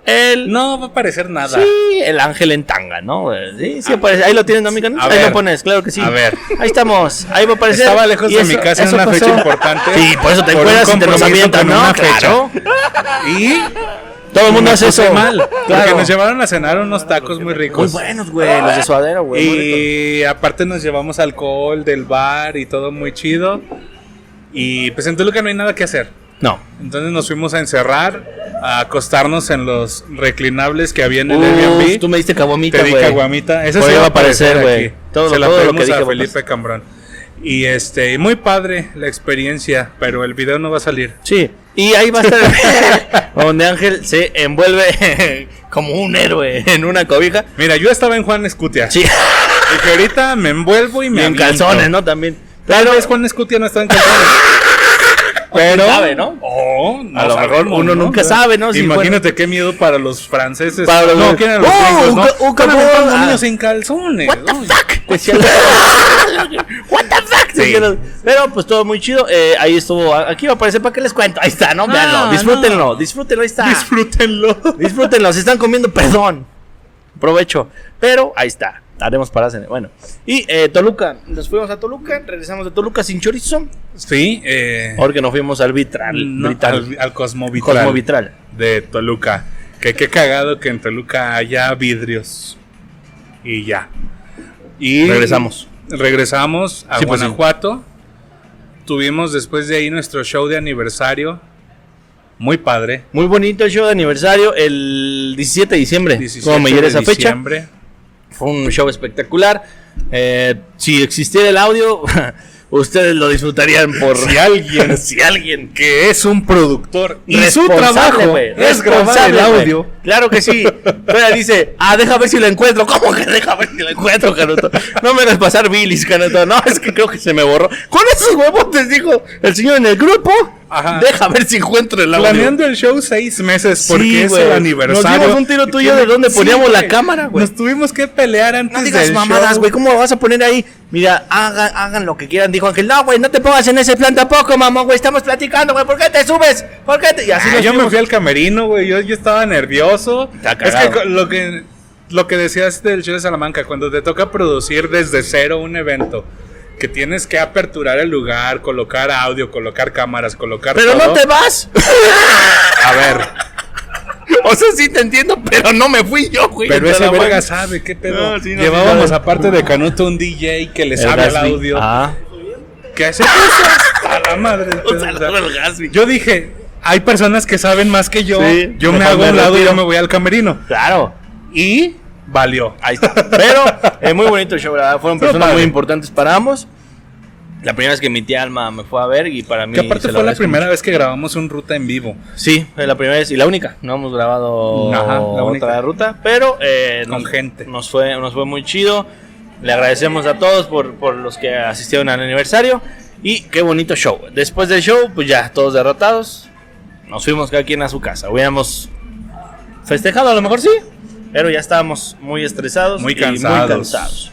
B: el
A: no va a aparecer nada.
B: Sí, el ángel en tanga, ¿no? Sí, sí aparece. Ahí lo tienes, ¿no, amiga? ¿No?
A: Ah, A
B: Ahí
A: ver.
B: lo pones, claro que sí.
A: A ver.
B: Ahí estamos. Ahí va a aparecer.
A: Estaba lejos
B: Y
A: de
B: eso-
A: mi casa en
B: eso
A: una
B: pasó.
A: fecha importante.
B: Sí, por eso te
A: Por un
B: acuerdas y te nos
A: compromiso
B: avientas,
A: con
B: ¿no?
A: una
B: Claro.
A: Y
B: Todo el mundo hace eso.
A: mal. Porque
B: Claro.
A: nos llevaron a cenar unos tacos muy
B: Muy
A: ricos.
B: buenos, güey. Los de suadero, güey. muy ricos.
A: Y aparte nos llevamos alcohol del bar y todo muy chido. Y pues en Toluca no hay nada que hacer.
B: No.
A: Entonces nos fuimos a encerrar, a acostarnos en los reclinables que había en el
B: Uf,
A: Airbnb.
B: tú me diste
A: Te
B: caguamita,
A: di
B: güey.
A: caguamita. Esa
B: Por
A: sí
B: ahí
A: va
B: va
A: a
B: a aparecer,
A: aparecer,
B: güey.
A: aquí.
B: Todo-
A: Se la
B: todo lo
A: pedimos
B: que dije
A: a
B: va a
A: Felipe
B: pasar.
A: Cambrón. Y este, y muy padre la experiencia, pero el video no va a salir.
B: Sí. Y ahí va a estar donde Ángel se envuelve como un héroe en una cobija.
A: Mira, yo estaba en Juan Escutia.
B: Sí.
A: Dije, ahorita me envuelvo y
B: Y
A: me
B: en
A: aviento".
B: calzones, ¿no? También.
A: Tal vez Juan Escutia no está en calzones. Pero.
B: sabe, ¿no?
A: Oh, no
B: A lo
A: sabemos,
B: mejor uno nunca sabe, ¿no? Si
A: Imagínate qué miedo para los franceses.
B: Para los-
A: no, ¿quién eran los
B: ¡Oh,
A: gringos,
B: un
A: no?
B: ca- un
A: Están
B: cabrón!
A: aventando
B: Ah.
A: niños en calzones. Uy.
B: Pues sí, la- What the fuck?
A: Sí.
B: Pero pues todo muy chido. eh, ahí estuvo. Aquí va a aparecer para que les cuento. Ahí está, no, véanlo.
A: no.
B: Disfrútenlo, disfrútenlo, ahí está.
A: Disfrútenlo.
B: disfrútenlo, si están comiendo, perdón. Provecho. Pero ahí está. Haremos paradas en Bueno. Y eh, Toluca, nos fuimos a Toluca, regresamos de Toluca sin chorizo.
A: Sí, eh.
B: Porque nos fuimos al vitral.
A: no,
B: Vital.
A: al, al Cosmovitral.
B: Cosmovitral.
A: de Toluca. Que qué cagado que en Toluca haya vidrios. Y ya. Y
B: Regresamos.
A: Regresamos a
B: Sí, pues, sí.
A: Guanajuato. Tuvimos después de ahí nuestro show de aniversario. Muy padre.
B: Muy bonito el show de aniversario el 17 de diciembre.
A: 17
B: Como me hiere
A: de
B: esa fecha.
A: diciembre.
B: Fue un show espectacular. Eh, si existiera el audio, ustedes lo disfrutarían por
A: Si alguien
B: si alguien
A: que es un productor y su
B: Responsable,
A: trabajo
B: güey,
A: es grabar el
B: responsable, güey.
A: audio.
B: Claro que sí. Todavía dice, ah, deja ver si lo encuentro. ¿Cómo que deja ver si lo encuentro, Canuto? No me hagas pasar bilis, Canuto. No, es que creo que se me borró. Con esos huevotes, dijo el señor en el grupo.
A: Ajá.
B: Deja ver si encuentro el audio.
A: Planeando el show seis meses
B: Sí,
A: porque es
B: güey.
A: el aniversario.
B: Nos dimos un tiro tú y yo de dónde poníamos la
A: güey.
B: cámara, güey.
A: Nos tuvimos que pelear antes
B: No digas
A: del
B: mamadas,
A: show.
B: güey. ¿Cómo lo vas a poner ahí? Mira, hagan, hagan lo que quieran, dijo Ángel. No, güey, no te pongas en ese plan tampoco, mamón, güey. Estamos platicando, güey. ¿Por qué te subes? ¿Por qué te.? Y así
A: Ah,
B: nos
A: yo me
B: fuimos.
A: fui al camerino, güey. Yo, yo estaba nervioso.
B: Está
A: Es que
B: cagado.
A: co- lo que lo que decías del show de Salamanca, cuando te toca producir desde cero un evento, que tienes que aperturar el lugar, colocar audio, colocar cámaras, colocar
B: Pero no
A: todo.
B: te vas.
A: A ver,
B: O sea, sí te entiendo, pero no me fui yo, güey.
A: pero ese
B: Entonces, la
A: verga
B: verga-
A: sabe qué pedo.
B: No, sí, no,
A: Llevábamos
B: sí, sabe.
A: aparte de Canuto un DJ que le
B: El
A: sabe al
B: Gasly.
A: audio.
B: Ah.
A: ¿Qué hace cosas? A la madre.
B: O sea, la verga, Gasly.
A: Yo dije, hay personas que saben más que yo.
B: Sí,
A: yo me
B: mejor
A: hago a
B: me
A: un lado y
B: retiro.
A: yo me voy al camerino.
B: Claro.
A: Y valió.
B: Ahí está. Pero es muy bonito el show, la ¿verdad? Fueron
A: Pero
B: personas
A: padre.
B: muy importantes para ambos. La primera vez que mi tía Alma me fue a ver y para mí.
A: Que aparte
B: se
A: fue la
B: agradezco
A: primera vez que grabamos un ruta en vivo.
B: mucho. Sí, fue la primera vez y la única. No hemos grabado
A: Ajá, la única.
B: otra ruta, pero eh,
A: Con
B: nos-
A: gente.
B: Nos fue, nos fue muy chido. Le agradecemos a todos por, por los que asistieron al aniversario. Y qué bonito show. Después del show, pues ya todos derrotados. Nos fuimos cada quien a su casa. Hubiéramos festejado, a lo mejor sí. Pero ya estábamos muy estresados.
A: Muy
B: y
A: cansados.
B: cansados.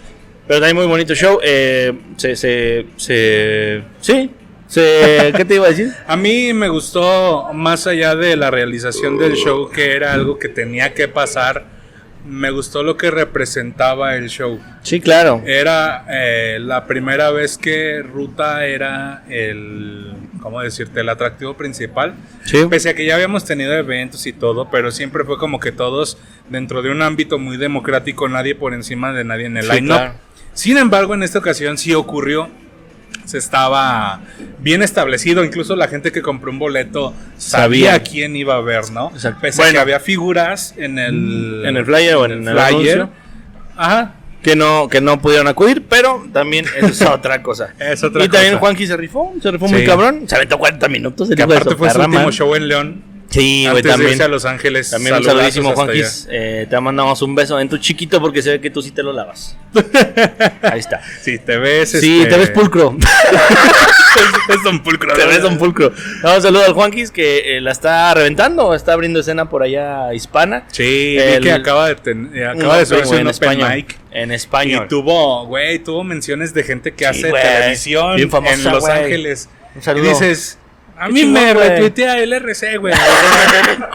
B: Pero también muy bonito show. eh, se, se, se. Sí. Se, ¿Qué te iba a decir?
A: A mí me gustó, más allá de la realización del show, que era algo que tenía que pasar, me gustó lo que representaba el show.
B: Sí, claro.
A: Era eh, la primera vez que Ruta era el, ¿cómo decirte?, el atractivo principal.
B: Sí.
A: Pese a que ya habíamos tenido eventos y todo, pero siempre fue como que todos dentro de un ámbito muy democrático, nadie por encima de nadie en el
B: Sí,
A: line-up.
B: claro.
A: Sin embargo, en esta ocasión sí ocurrió. Se estaba bien establecido, incluso la gente que compró un boleto sabía
B: Sabía.
A: a quién iba a ver, ¿no?
B: Exacto.
A: Pese a
B: Bueno. Mm,
A: que había figuras en el,
B: En el flyer o en el
A: flyer.
B: anuncio.
A: Ajá,
B: que no, que no pudieron acudir, pero también eso es otra cosa.
A: Es otra
B: y también
A: cosa.
B: Juanqui se rifó, se rifó
A: Sí.
B: muy cabrón, se aventó 40 minutos. el
A: que
B: hijo de
A: aparte fue su
B: perra
A: último
B: madre.
A: show en León.
B: Sí, güey,
A: antes de
B: también.
A: irse a Los Ángeles.
B: También un
A: Saludazos
B: saludísimo,
A: hasta
B: Juanquis. Eh, te mandamos un beso en tu chiquito porque se ve que tú sí te lo lavas. Ahí está.
A: allá. Sí, te ves.
B: Sí,
A: este,
B: te ves pulcro.
A: es un pulcro.
B: te ves un pulcro. No, un saludo al Juanquis que eh, la está reventando, está abriendo escena por allá hispana.
A: Sí, vi
B: El-
A: que acaba de, ten- eh, acaba
B: Un
A: de
B: open,
A: subirse
B: güey,
A: un
B: en
A: open
B: español.
A: mic.
B: En
A: Y
B: español.
A: tuvo, güey, tuvo menciones de gente que
B: Sí,
A: hace
B: güey.
A: televisión
B: Bien famosa,
A: en Los
B: güey.
A: Ángeles.
B: Un saludo.
A: Y dices, a
B: Qué
A: mí
B: chingón,
A: me
B: güey.
A: retuitea el RC, güey.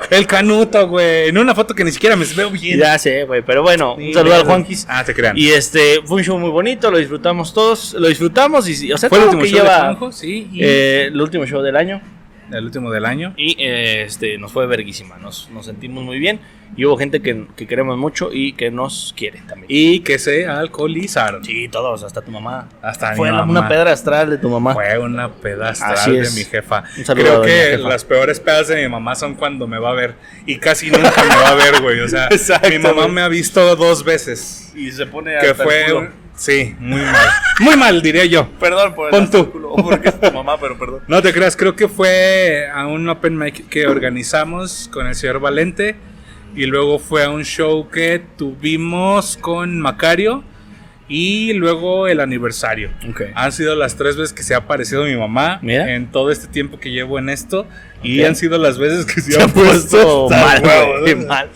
A: el canuto, güey. En una foto que ni siquiera me veo bien.
B: Ya sé, güey, pero bueno,
A: Sí,
B: un saludo al
A: güey.
B: Juanquis.
A: Ah, te crean.
B: Y este, fue un show muy bonito, lo disfrutamos todos, lo disfrutamos y, o sea,
A: fue el
B: todo
A: último
B: que
A: show de
B: lleva
A: Juanjo, sí. y-
B: eh, el último show del año
A: el último del año.
B: y eh, este, nos fue verguísima, nos, nos sentimos muy bien y hubo gente que, que queremos mucho y que nos quiere también.
A: Y que se alcoholizaron.
B: sí, todos, hasta tu mamá.
A: Hasta mi
B: fue la-
A: mamá.
B: una pedra astral de tu mamá.
A: Fue una pedastra
B: Así
A: de
B: es.
A: mi jefa.
B: Un saludo a
A: Creo
B: doña
A: que
B: jefa.
A: las peores pedas de mi mamá son cuando me va a ver. Y casi nunca me va a ver, güey. O sea,
B: Exacto,
A: mi mamá
B: güey.
A: me ha visto dos veces.
B: y se pone
A: Que fue. Sí, muy mal. Muy mal, diría yo.
B: Perdón por
A: el Pon tú. hasta el culo,
B: porque es tu mamá, pero perdón.
A: No te creas, creo que fue a un open mic que organizamos con el señor Valente. Y luego fue a un show que tuvimos con Macario. Y luego el aniversario. Han sido las tres veces que se ha aparecido mi mamá
B: Mira.
A: en todo este tiempo que llevo en esto. Y
B: Ok.
A: han sido las veces que se,
B: se
A: ha
B: ha puesto
A: puesto hasta
B: mal,
A: el huevo.
B: güey, Pues mal.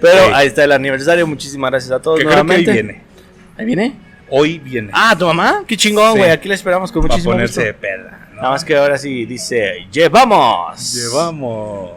B: Pero
A: Sí.
B: ahí está el aniversario, muchísimas gracias a todos
A: Que creo que
B: nuevamente.
A: hoy viene.
B: ¿Ahí viene?
A: Hoy viene.
B: Ah, ¿tu mamá? Qué chingón,
A: Sí.
B: güey, aquí la esperamos con
A: Va a
B: muchísimo
A: ponerse de
B: gusto. Ah,
A: peda. ¿no?
B: Nada más que ahora sí dice, ¡llevamos!
A: Llevamos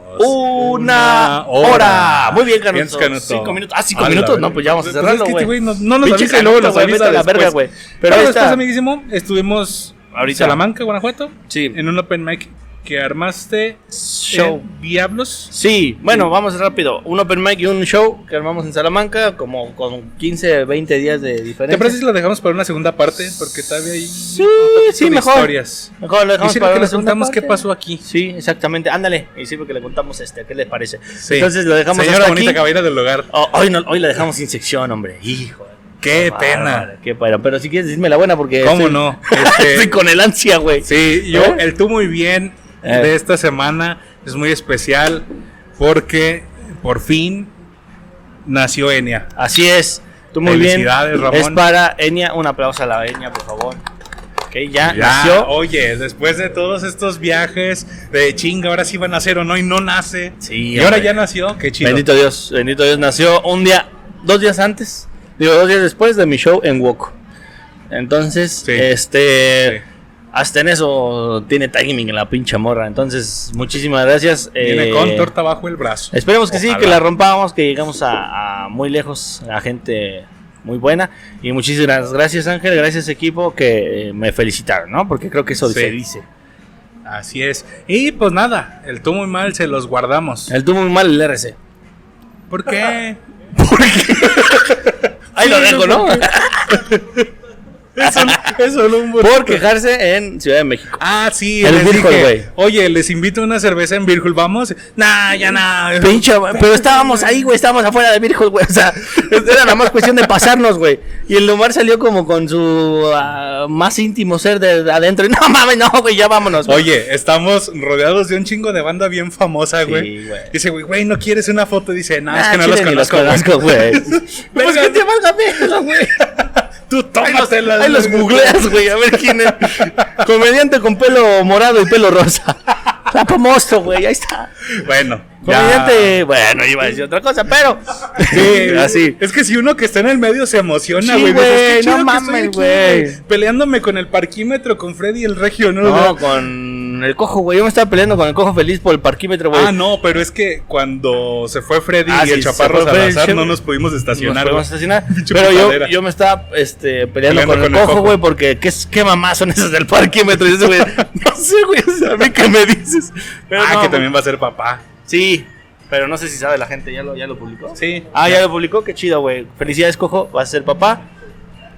B: Una hora. Muy bien, Canuto. Cinco minutos. Ah, cinco minutos. No, pues ya vamos a
A: Pero
B: cerrarlo,
A: es que este
B: güey.
A: no, no nos
B: Pinche
A: avisa y luego
B: Canuto,
A: nos
B: güey,
A: avisa
B: vete a la
A: después.
B: verga, güey. Pero
A: Pero
B: ahí
A: después,
B: está.
A: amiguísimo, estuvimos en
B: Ahorita.
A: Salamanca, Guanajuato.
B: Sí.
A: En un open mic que armaste.
B: Show.
A: en Diablos.
B: Sí, bueno, vamos rápido. Un open mic y un show que armamos en Salamanca, como con 15, 20 días de diferencia.
A: ¿Te parece si lo dejamos para una segunda parte? Porque todavía hay
B: Sí, sí,
A: de
B: mejor.
A: historias.
B: Mejor lo dejamos
A: Y sirve
B: para
A: que
B: una
A: les
B: segunda
A: contamos
B: parte.
A: qué pasó aquí.
B: Sí, exactamente. Ándale, y sirve que le contamos este, ¿qué les parece? Entonces lo dejamos
A: Señora
B: hasta
A: bonita
B: aquí.
A: caballera del hogar.
B: Oh, hoy, no- hoy la dejamos sin sección, hombre. Hijo.
A: Qué
B: Bárbaro,
A: pena.
B: Qué pena. Pero si quieres decirme la buena porque.
A: ¿Cómo
B: estoy-
A: no? Este,
B: Estoy con el ansia, güey.
A: sí, yo,
B: ¿Eh?
A: el tú muy bien
B: Eh.
A: de esta semana es muy especial porque por fin nació Enia.
B: Así es. Tú muy bien.
A: Felicidades, Ramón.
B: Es para Enia. Un aplauso a la Enia, por favor. Ok,
A: Ya,
B: ya, Ah,
A: Oh.
B: nació.
A: Oye, después de todos estos viajes de chinga, ahora sí va a nacer o no y no nace.
B: Sí,
A: y ahora
B: hombre.
A: ya nació, qué chido.
B: Bendito Dios, bendito Dios. Nació un día, dos días antes, digo, dos días después de mi show en Woco. Entonces,
A: Sí.
B: este.
A: Sí.
B: Hasta en eso tiene timing la pincha morra. Entonces, muchísimas gracias.
A: Viene
B: eh,
A: con torta bajo el brazo.
B: Esperemos que sí,
A: Ojalá.
B: que la rompamos, que llegamos a, a muy lejos, a gente muy buena. Y muchísimas gracias Ángel, gracias equipo que eh, me felicitaron, ¿no? Porque creo que eso
A: Sí.
B: se dice.
A: Así es. Y pues nada, el tú muy mal se los guardamos.
B: El tuvo muy mal el RC.
A: ¿Por qué?
B: Ahí lo dejo, ¿no?
A: es, solo, es solo un burrito.
B: Por quejarse en Ciudad de México.
A: Ah, sí,
B: El
A: les
B: Virgul,
A: dije,
B: güey.
A: Oye, les invito a una cerveza en Virgul, vamos. Nah, ya nah.
B: Pinche, güey, pero estábamos ahí, güey, estábamos afuera de Virgil, güey. O sea, era nada más cuestión de pasarnos, güey. Y el Omar salió como con su ah, más íntimo ser de adentro. Y no mames, no, güey, ya vámonos. güey.
A: Oye, estamos rodeados de un chingo de banda bien famosa,
B: Sí,
A: güey.
B: güey.
A: Dice, güey, güey, ¿no quieres una foto? Dice, nah, es
B: Ah,
A: que no los
B: chile, ni
A: conozco, güey.
B: güey. Pues
A: Venga.
B: que te valga verga, güey.
A: Tú
B: Ahí los,
A: tómatelas.
B: ahí los googleas, güey, a ver quién es. Comediante con pelo morado y pelo rosa. Rapo mosto, güey, ahí está.
A: Bueno,
B: Comediante, bueno, iba a decir otra cosa, pero.
A: Sí,
B: así.
A: Es que si uno que está en el medio se emociona,
B: Sí,
A: güey. dices,
B: güey,
A: "Qué
B: no
A: chido que
B: mames,
A: estoy aquí,
B: güey".
A: Peleándome con el parquímetro, con Freddy el Regio, ¿no?
B: No, con el cojo, güey. Yo me estaba peleando con el cojo feliz por el parquímetro, güey.
A: Ah, no, pero es que cuando se fue Freddy
B: Ah,
A: y
B: sí,
A: el
B: se
A: chaparro
B: fue Freddy,
A: Salazar
B: sí,
A: no
B: güey.
A: nos pudimos estacionar.
B: Nos podemos
A: güey.
B: asesinar.
A: Pinche
B: Pero
A: putadera.
B: yo, yo me estaba este, peleando, con, el cojo, güey, porque ¿qué, es- ¿qué mamás son esas del parquímetro? Y ese güey, no sé, güey, o sea, a mí qué me dices. Pero
A: ah,
B: no,
A: que
B: güey.
A: también va a ser papá.
B: Sí, pero no sé si sabe la gente, ¿ya lo, ya lo publicó?
A: Sí.
B: Ah, ya lo publicó, qué chido, güey. Felicidades, cojo, vas a ser papá.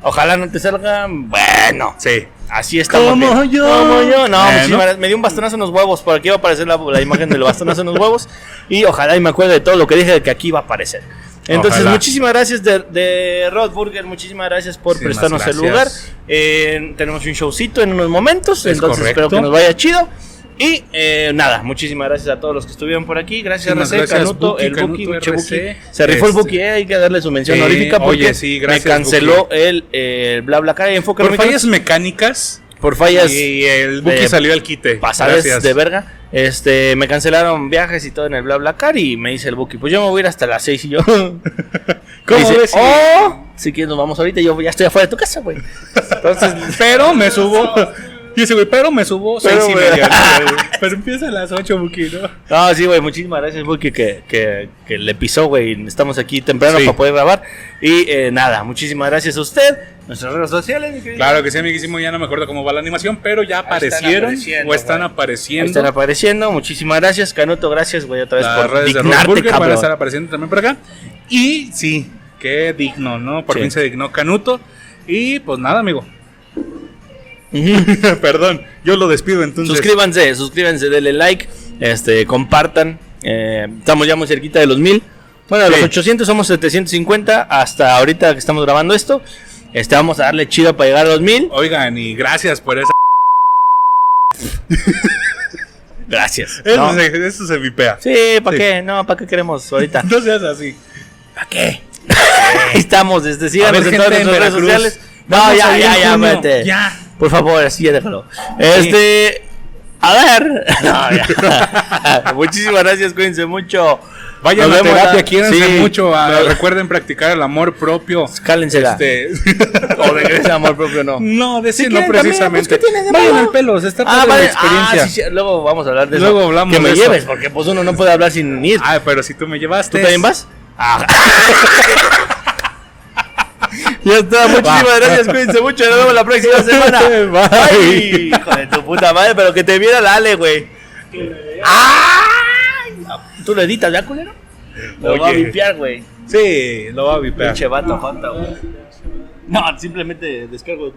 B: Ojalá no te salgan. Bueno,
A: Sí.
B: así estamos.
D: Como
B: bien.
D: yo.
B: Como yo. No,
A: Bueno.
B: muchísimas gracias. me dio un bastonazo en los huevos. Por aquí va a aparecer la, la imagen del bastonazo en los huevos. Y ojalá y me acuerde de todo lo que dije de que aquí va a aparecer. Entonces,
A: Ojalá.
B: muchísimas gracias de, de Rod Burger. Muchísimas gracias por
A: Muchísimas
B: prestarnos el lugar.
A: gracias.
B: Eh, tenemos un showcito en unos momentos.
A: Es
B: entonces,
A: correcto.
B: espero que nos vaya chido. Y eh, nada, muchísimas gracias a todos los que estuvieron por aquí. Gracias,
A: Muchísimas
B: RC,
A: gracias,
B: Canuto,
A: Buki,
B: el Buki,
A: Canuto,
B: Che Buki.
A: RC.
B: Se rifó el
A: Este.
B: Buki, eh, hay que darle su mención
A: Eh,
B: honorífica porque
A: oye, sí, gracias,
B: me canceló el, eh, el bla bla cara y enfoque
A: Por
B: Remix.
A: fallas mecánicas.
B: por fallas
A: Y el Buki
B: de
A: salió al quite.
B: pasadas
A: Gracias.
B: de verga. Este, me cancelaron viajes y todo en el bla bla car y me dice el Buki, pues yo me voy a ir hasta las 6 y yo
A: ¿Cómo
B: dice,
A: ves?
B: "Oh, si quieres nos vamos ahorita, yo ya estoy afuera de tu casa, güey.
A: Entonces, pero me subo. Y ese güey, pero me subo
B: Pero,
A: seis y
B: güey.
A: media. ¿no, güey? Pero empieza a las ocho, Buki, ¿no?
B: No, sí, güey, muchísimas gracias, Buki, que, que, que le pisó, güey. Estamos aquí temprano
A: Sí.
B: para poder grabar. Y eh, nada, muchísimas gracias a usted, nuestras redes sociales. mi querido.
A: Claro que sí, amiguísimo, ya no me acuerdo cómo va la animación, pero ya aparecieron
B: apareciendo,
A: o están
B: güey. Ahí
A: apareciendo.
B: están apareciendo, muchísimas gracias, Canuto, gracias, güey, otra vez
A: las
B: por
A: redes de
B: dignarte,
A: Rockburger van a
B: cabrón.
A: estar apareciendo también por acá. Y sí, qué digno, ¿no? Por
B: Sí.
A: fin se dignó Canuto. Y pues nada, amigo. Perdón, yo lo despido entonces.
B: Suscríbanse, suscríbanse, denle like, este, compartan. eh, estamos ya muy cerquita de los mil. Bueno, de
A: Sí.
B: los 800 somos 750 hasta ahorita que estamos grabando esto. Este, vamos a darle chido para llegar a los mil.
A: Oigan, y gracias por esa.
B: Gracias.
A: Eso,
B: ¿no?
A: se, eso se vipea.
B: Sí, ¿para
A: Sí.
B: qué? No, ¿para qué queremos ahorita?
A: No seas así.
B: ¿Para qué? Ahí estamos, desde síganos
A: ver,
B: en
A: gente
B: todas
A: en
B: nuestras redes
A: Veracruz,
B: sociales. No,
A: vamos
B: Ah, ya,
A: ahí en
B: ya, ya,
A: junio,
B: vete.
A: ya.
B: Por favor, así ya déjalo. Este. A ver. No, ya. Muchísimas gracias, cuídense mucho.
A: Vayan
B: Nos
A: a
B: vemos,
A: terapia,
B: ¿verdad?
A: quiérense
B: Sí.
A: mucho. a-
B: No,
A: recuerden practicar el amor propio.
B: Cálensela.
A: Este.
B: O regresa amor propio, no.
A: No, decir
B: Si
A: no
B: quieren también, pues,
A: precisamente.
B: ¿qué tiene de
A: Vayan
B: malo?
A: al pelo, se está toda
B: Ah,
A: la
B: vale.
A: experiencia.
B: Ah, sí, sí, Luego vamos a hablar de eso. Ah,
A: Luego hablamos
B: Que me
A: de eso.
B: lleves, porque pues uno no puede hablar sin ir.
A: Ay, Ah, pero si tú me llevaste.
B: ¿Tú también vas? Ah. ya está, muchísimas
A: Va.
B: gracias, cuídense mucho, nos vemos la próxima semana.
A: Bye.
B: Ay, hijo de tu puta madre, pero que te viera la Ale, güey. Ay, no. ¿Tú lo editas, ya, culero? Lo va a
A: Oye.
B: limpiar, güey.
A: Sí, lo va a vipear.
B: Pinche vato, jota, güey. No, simplemente descargo.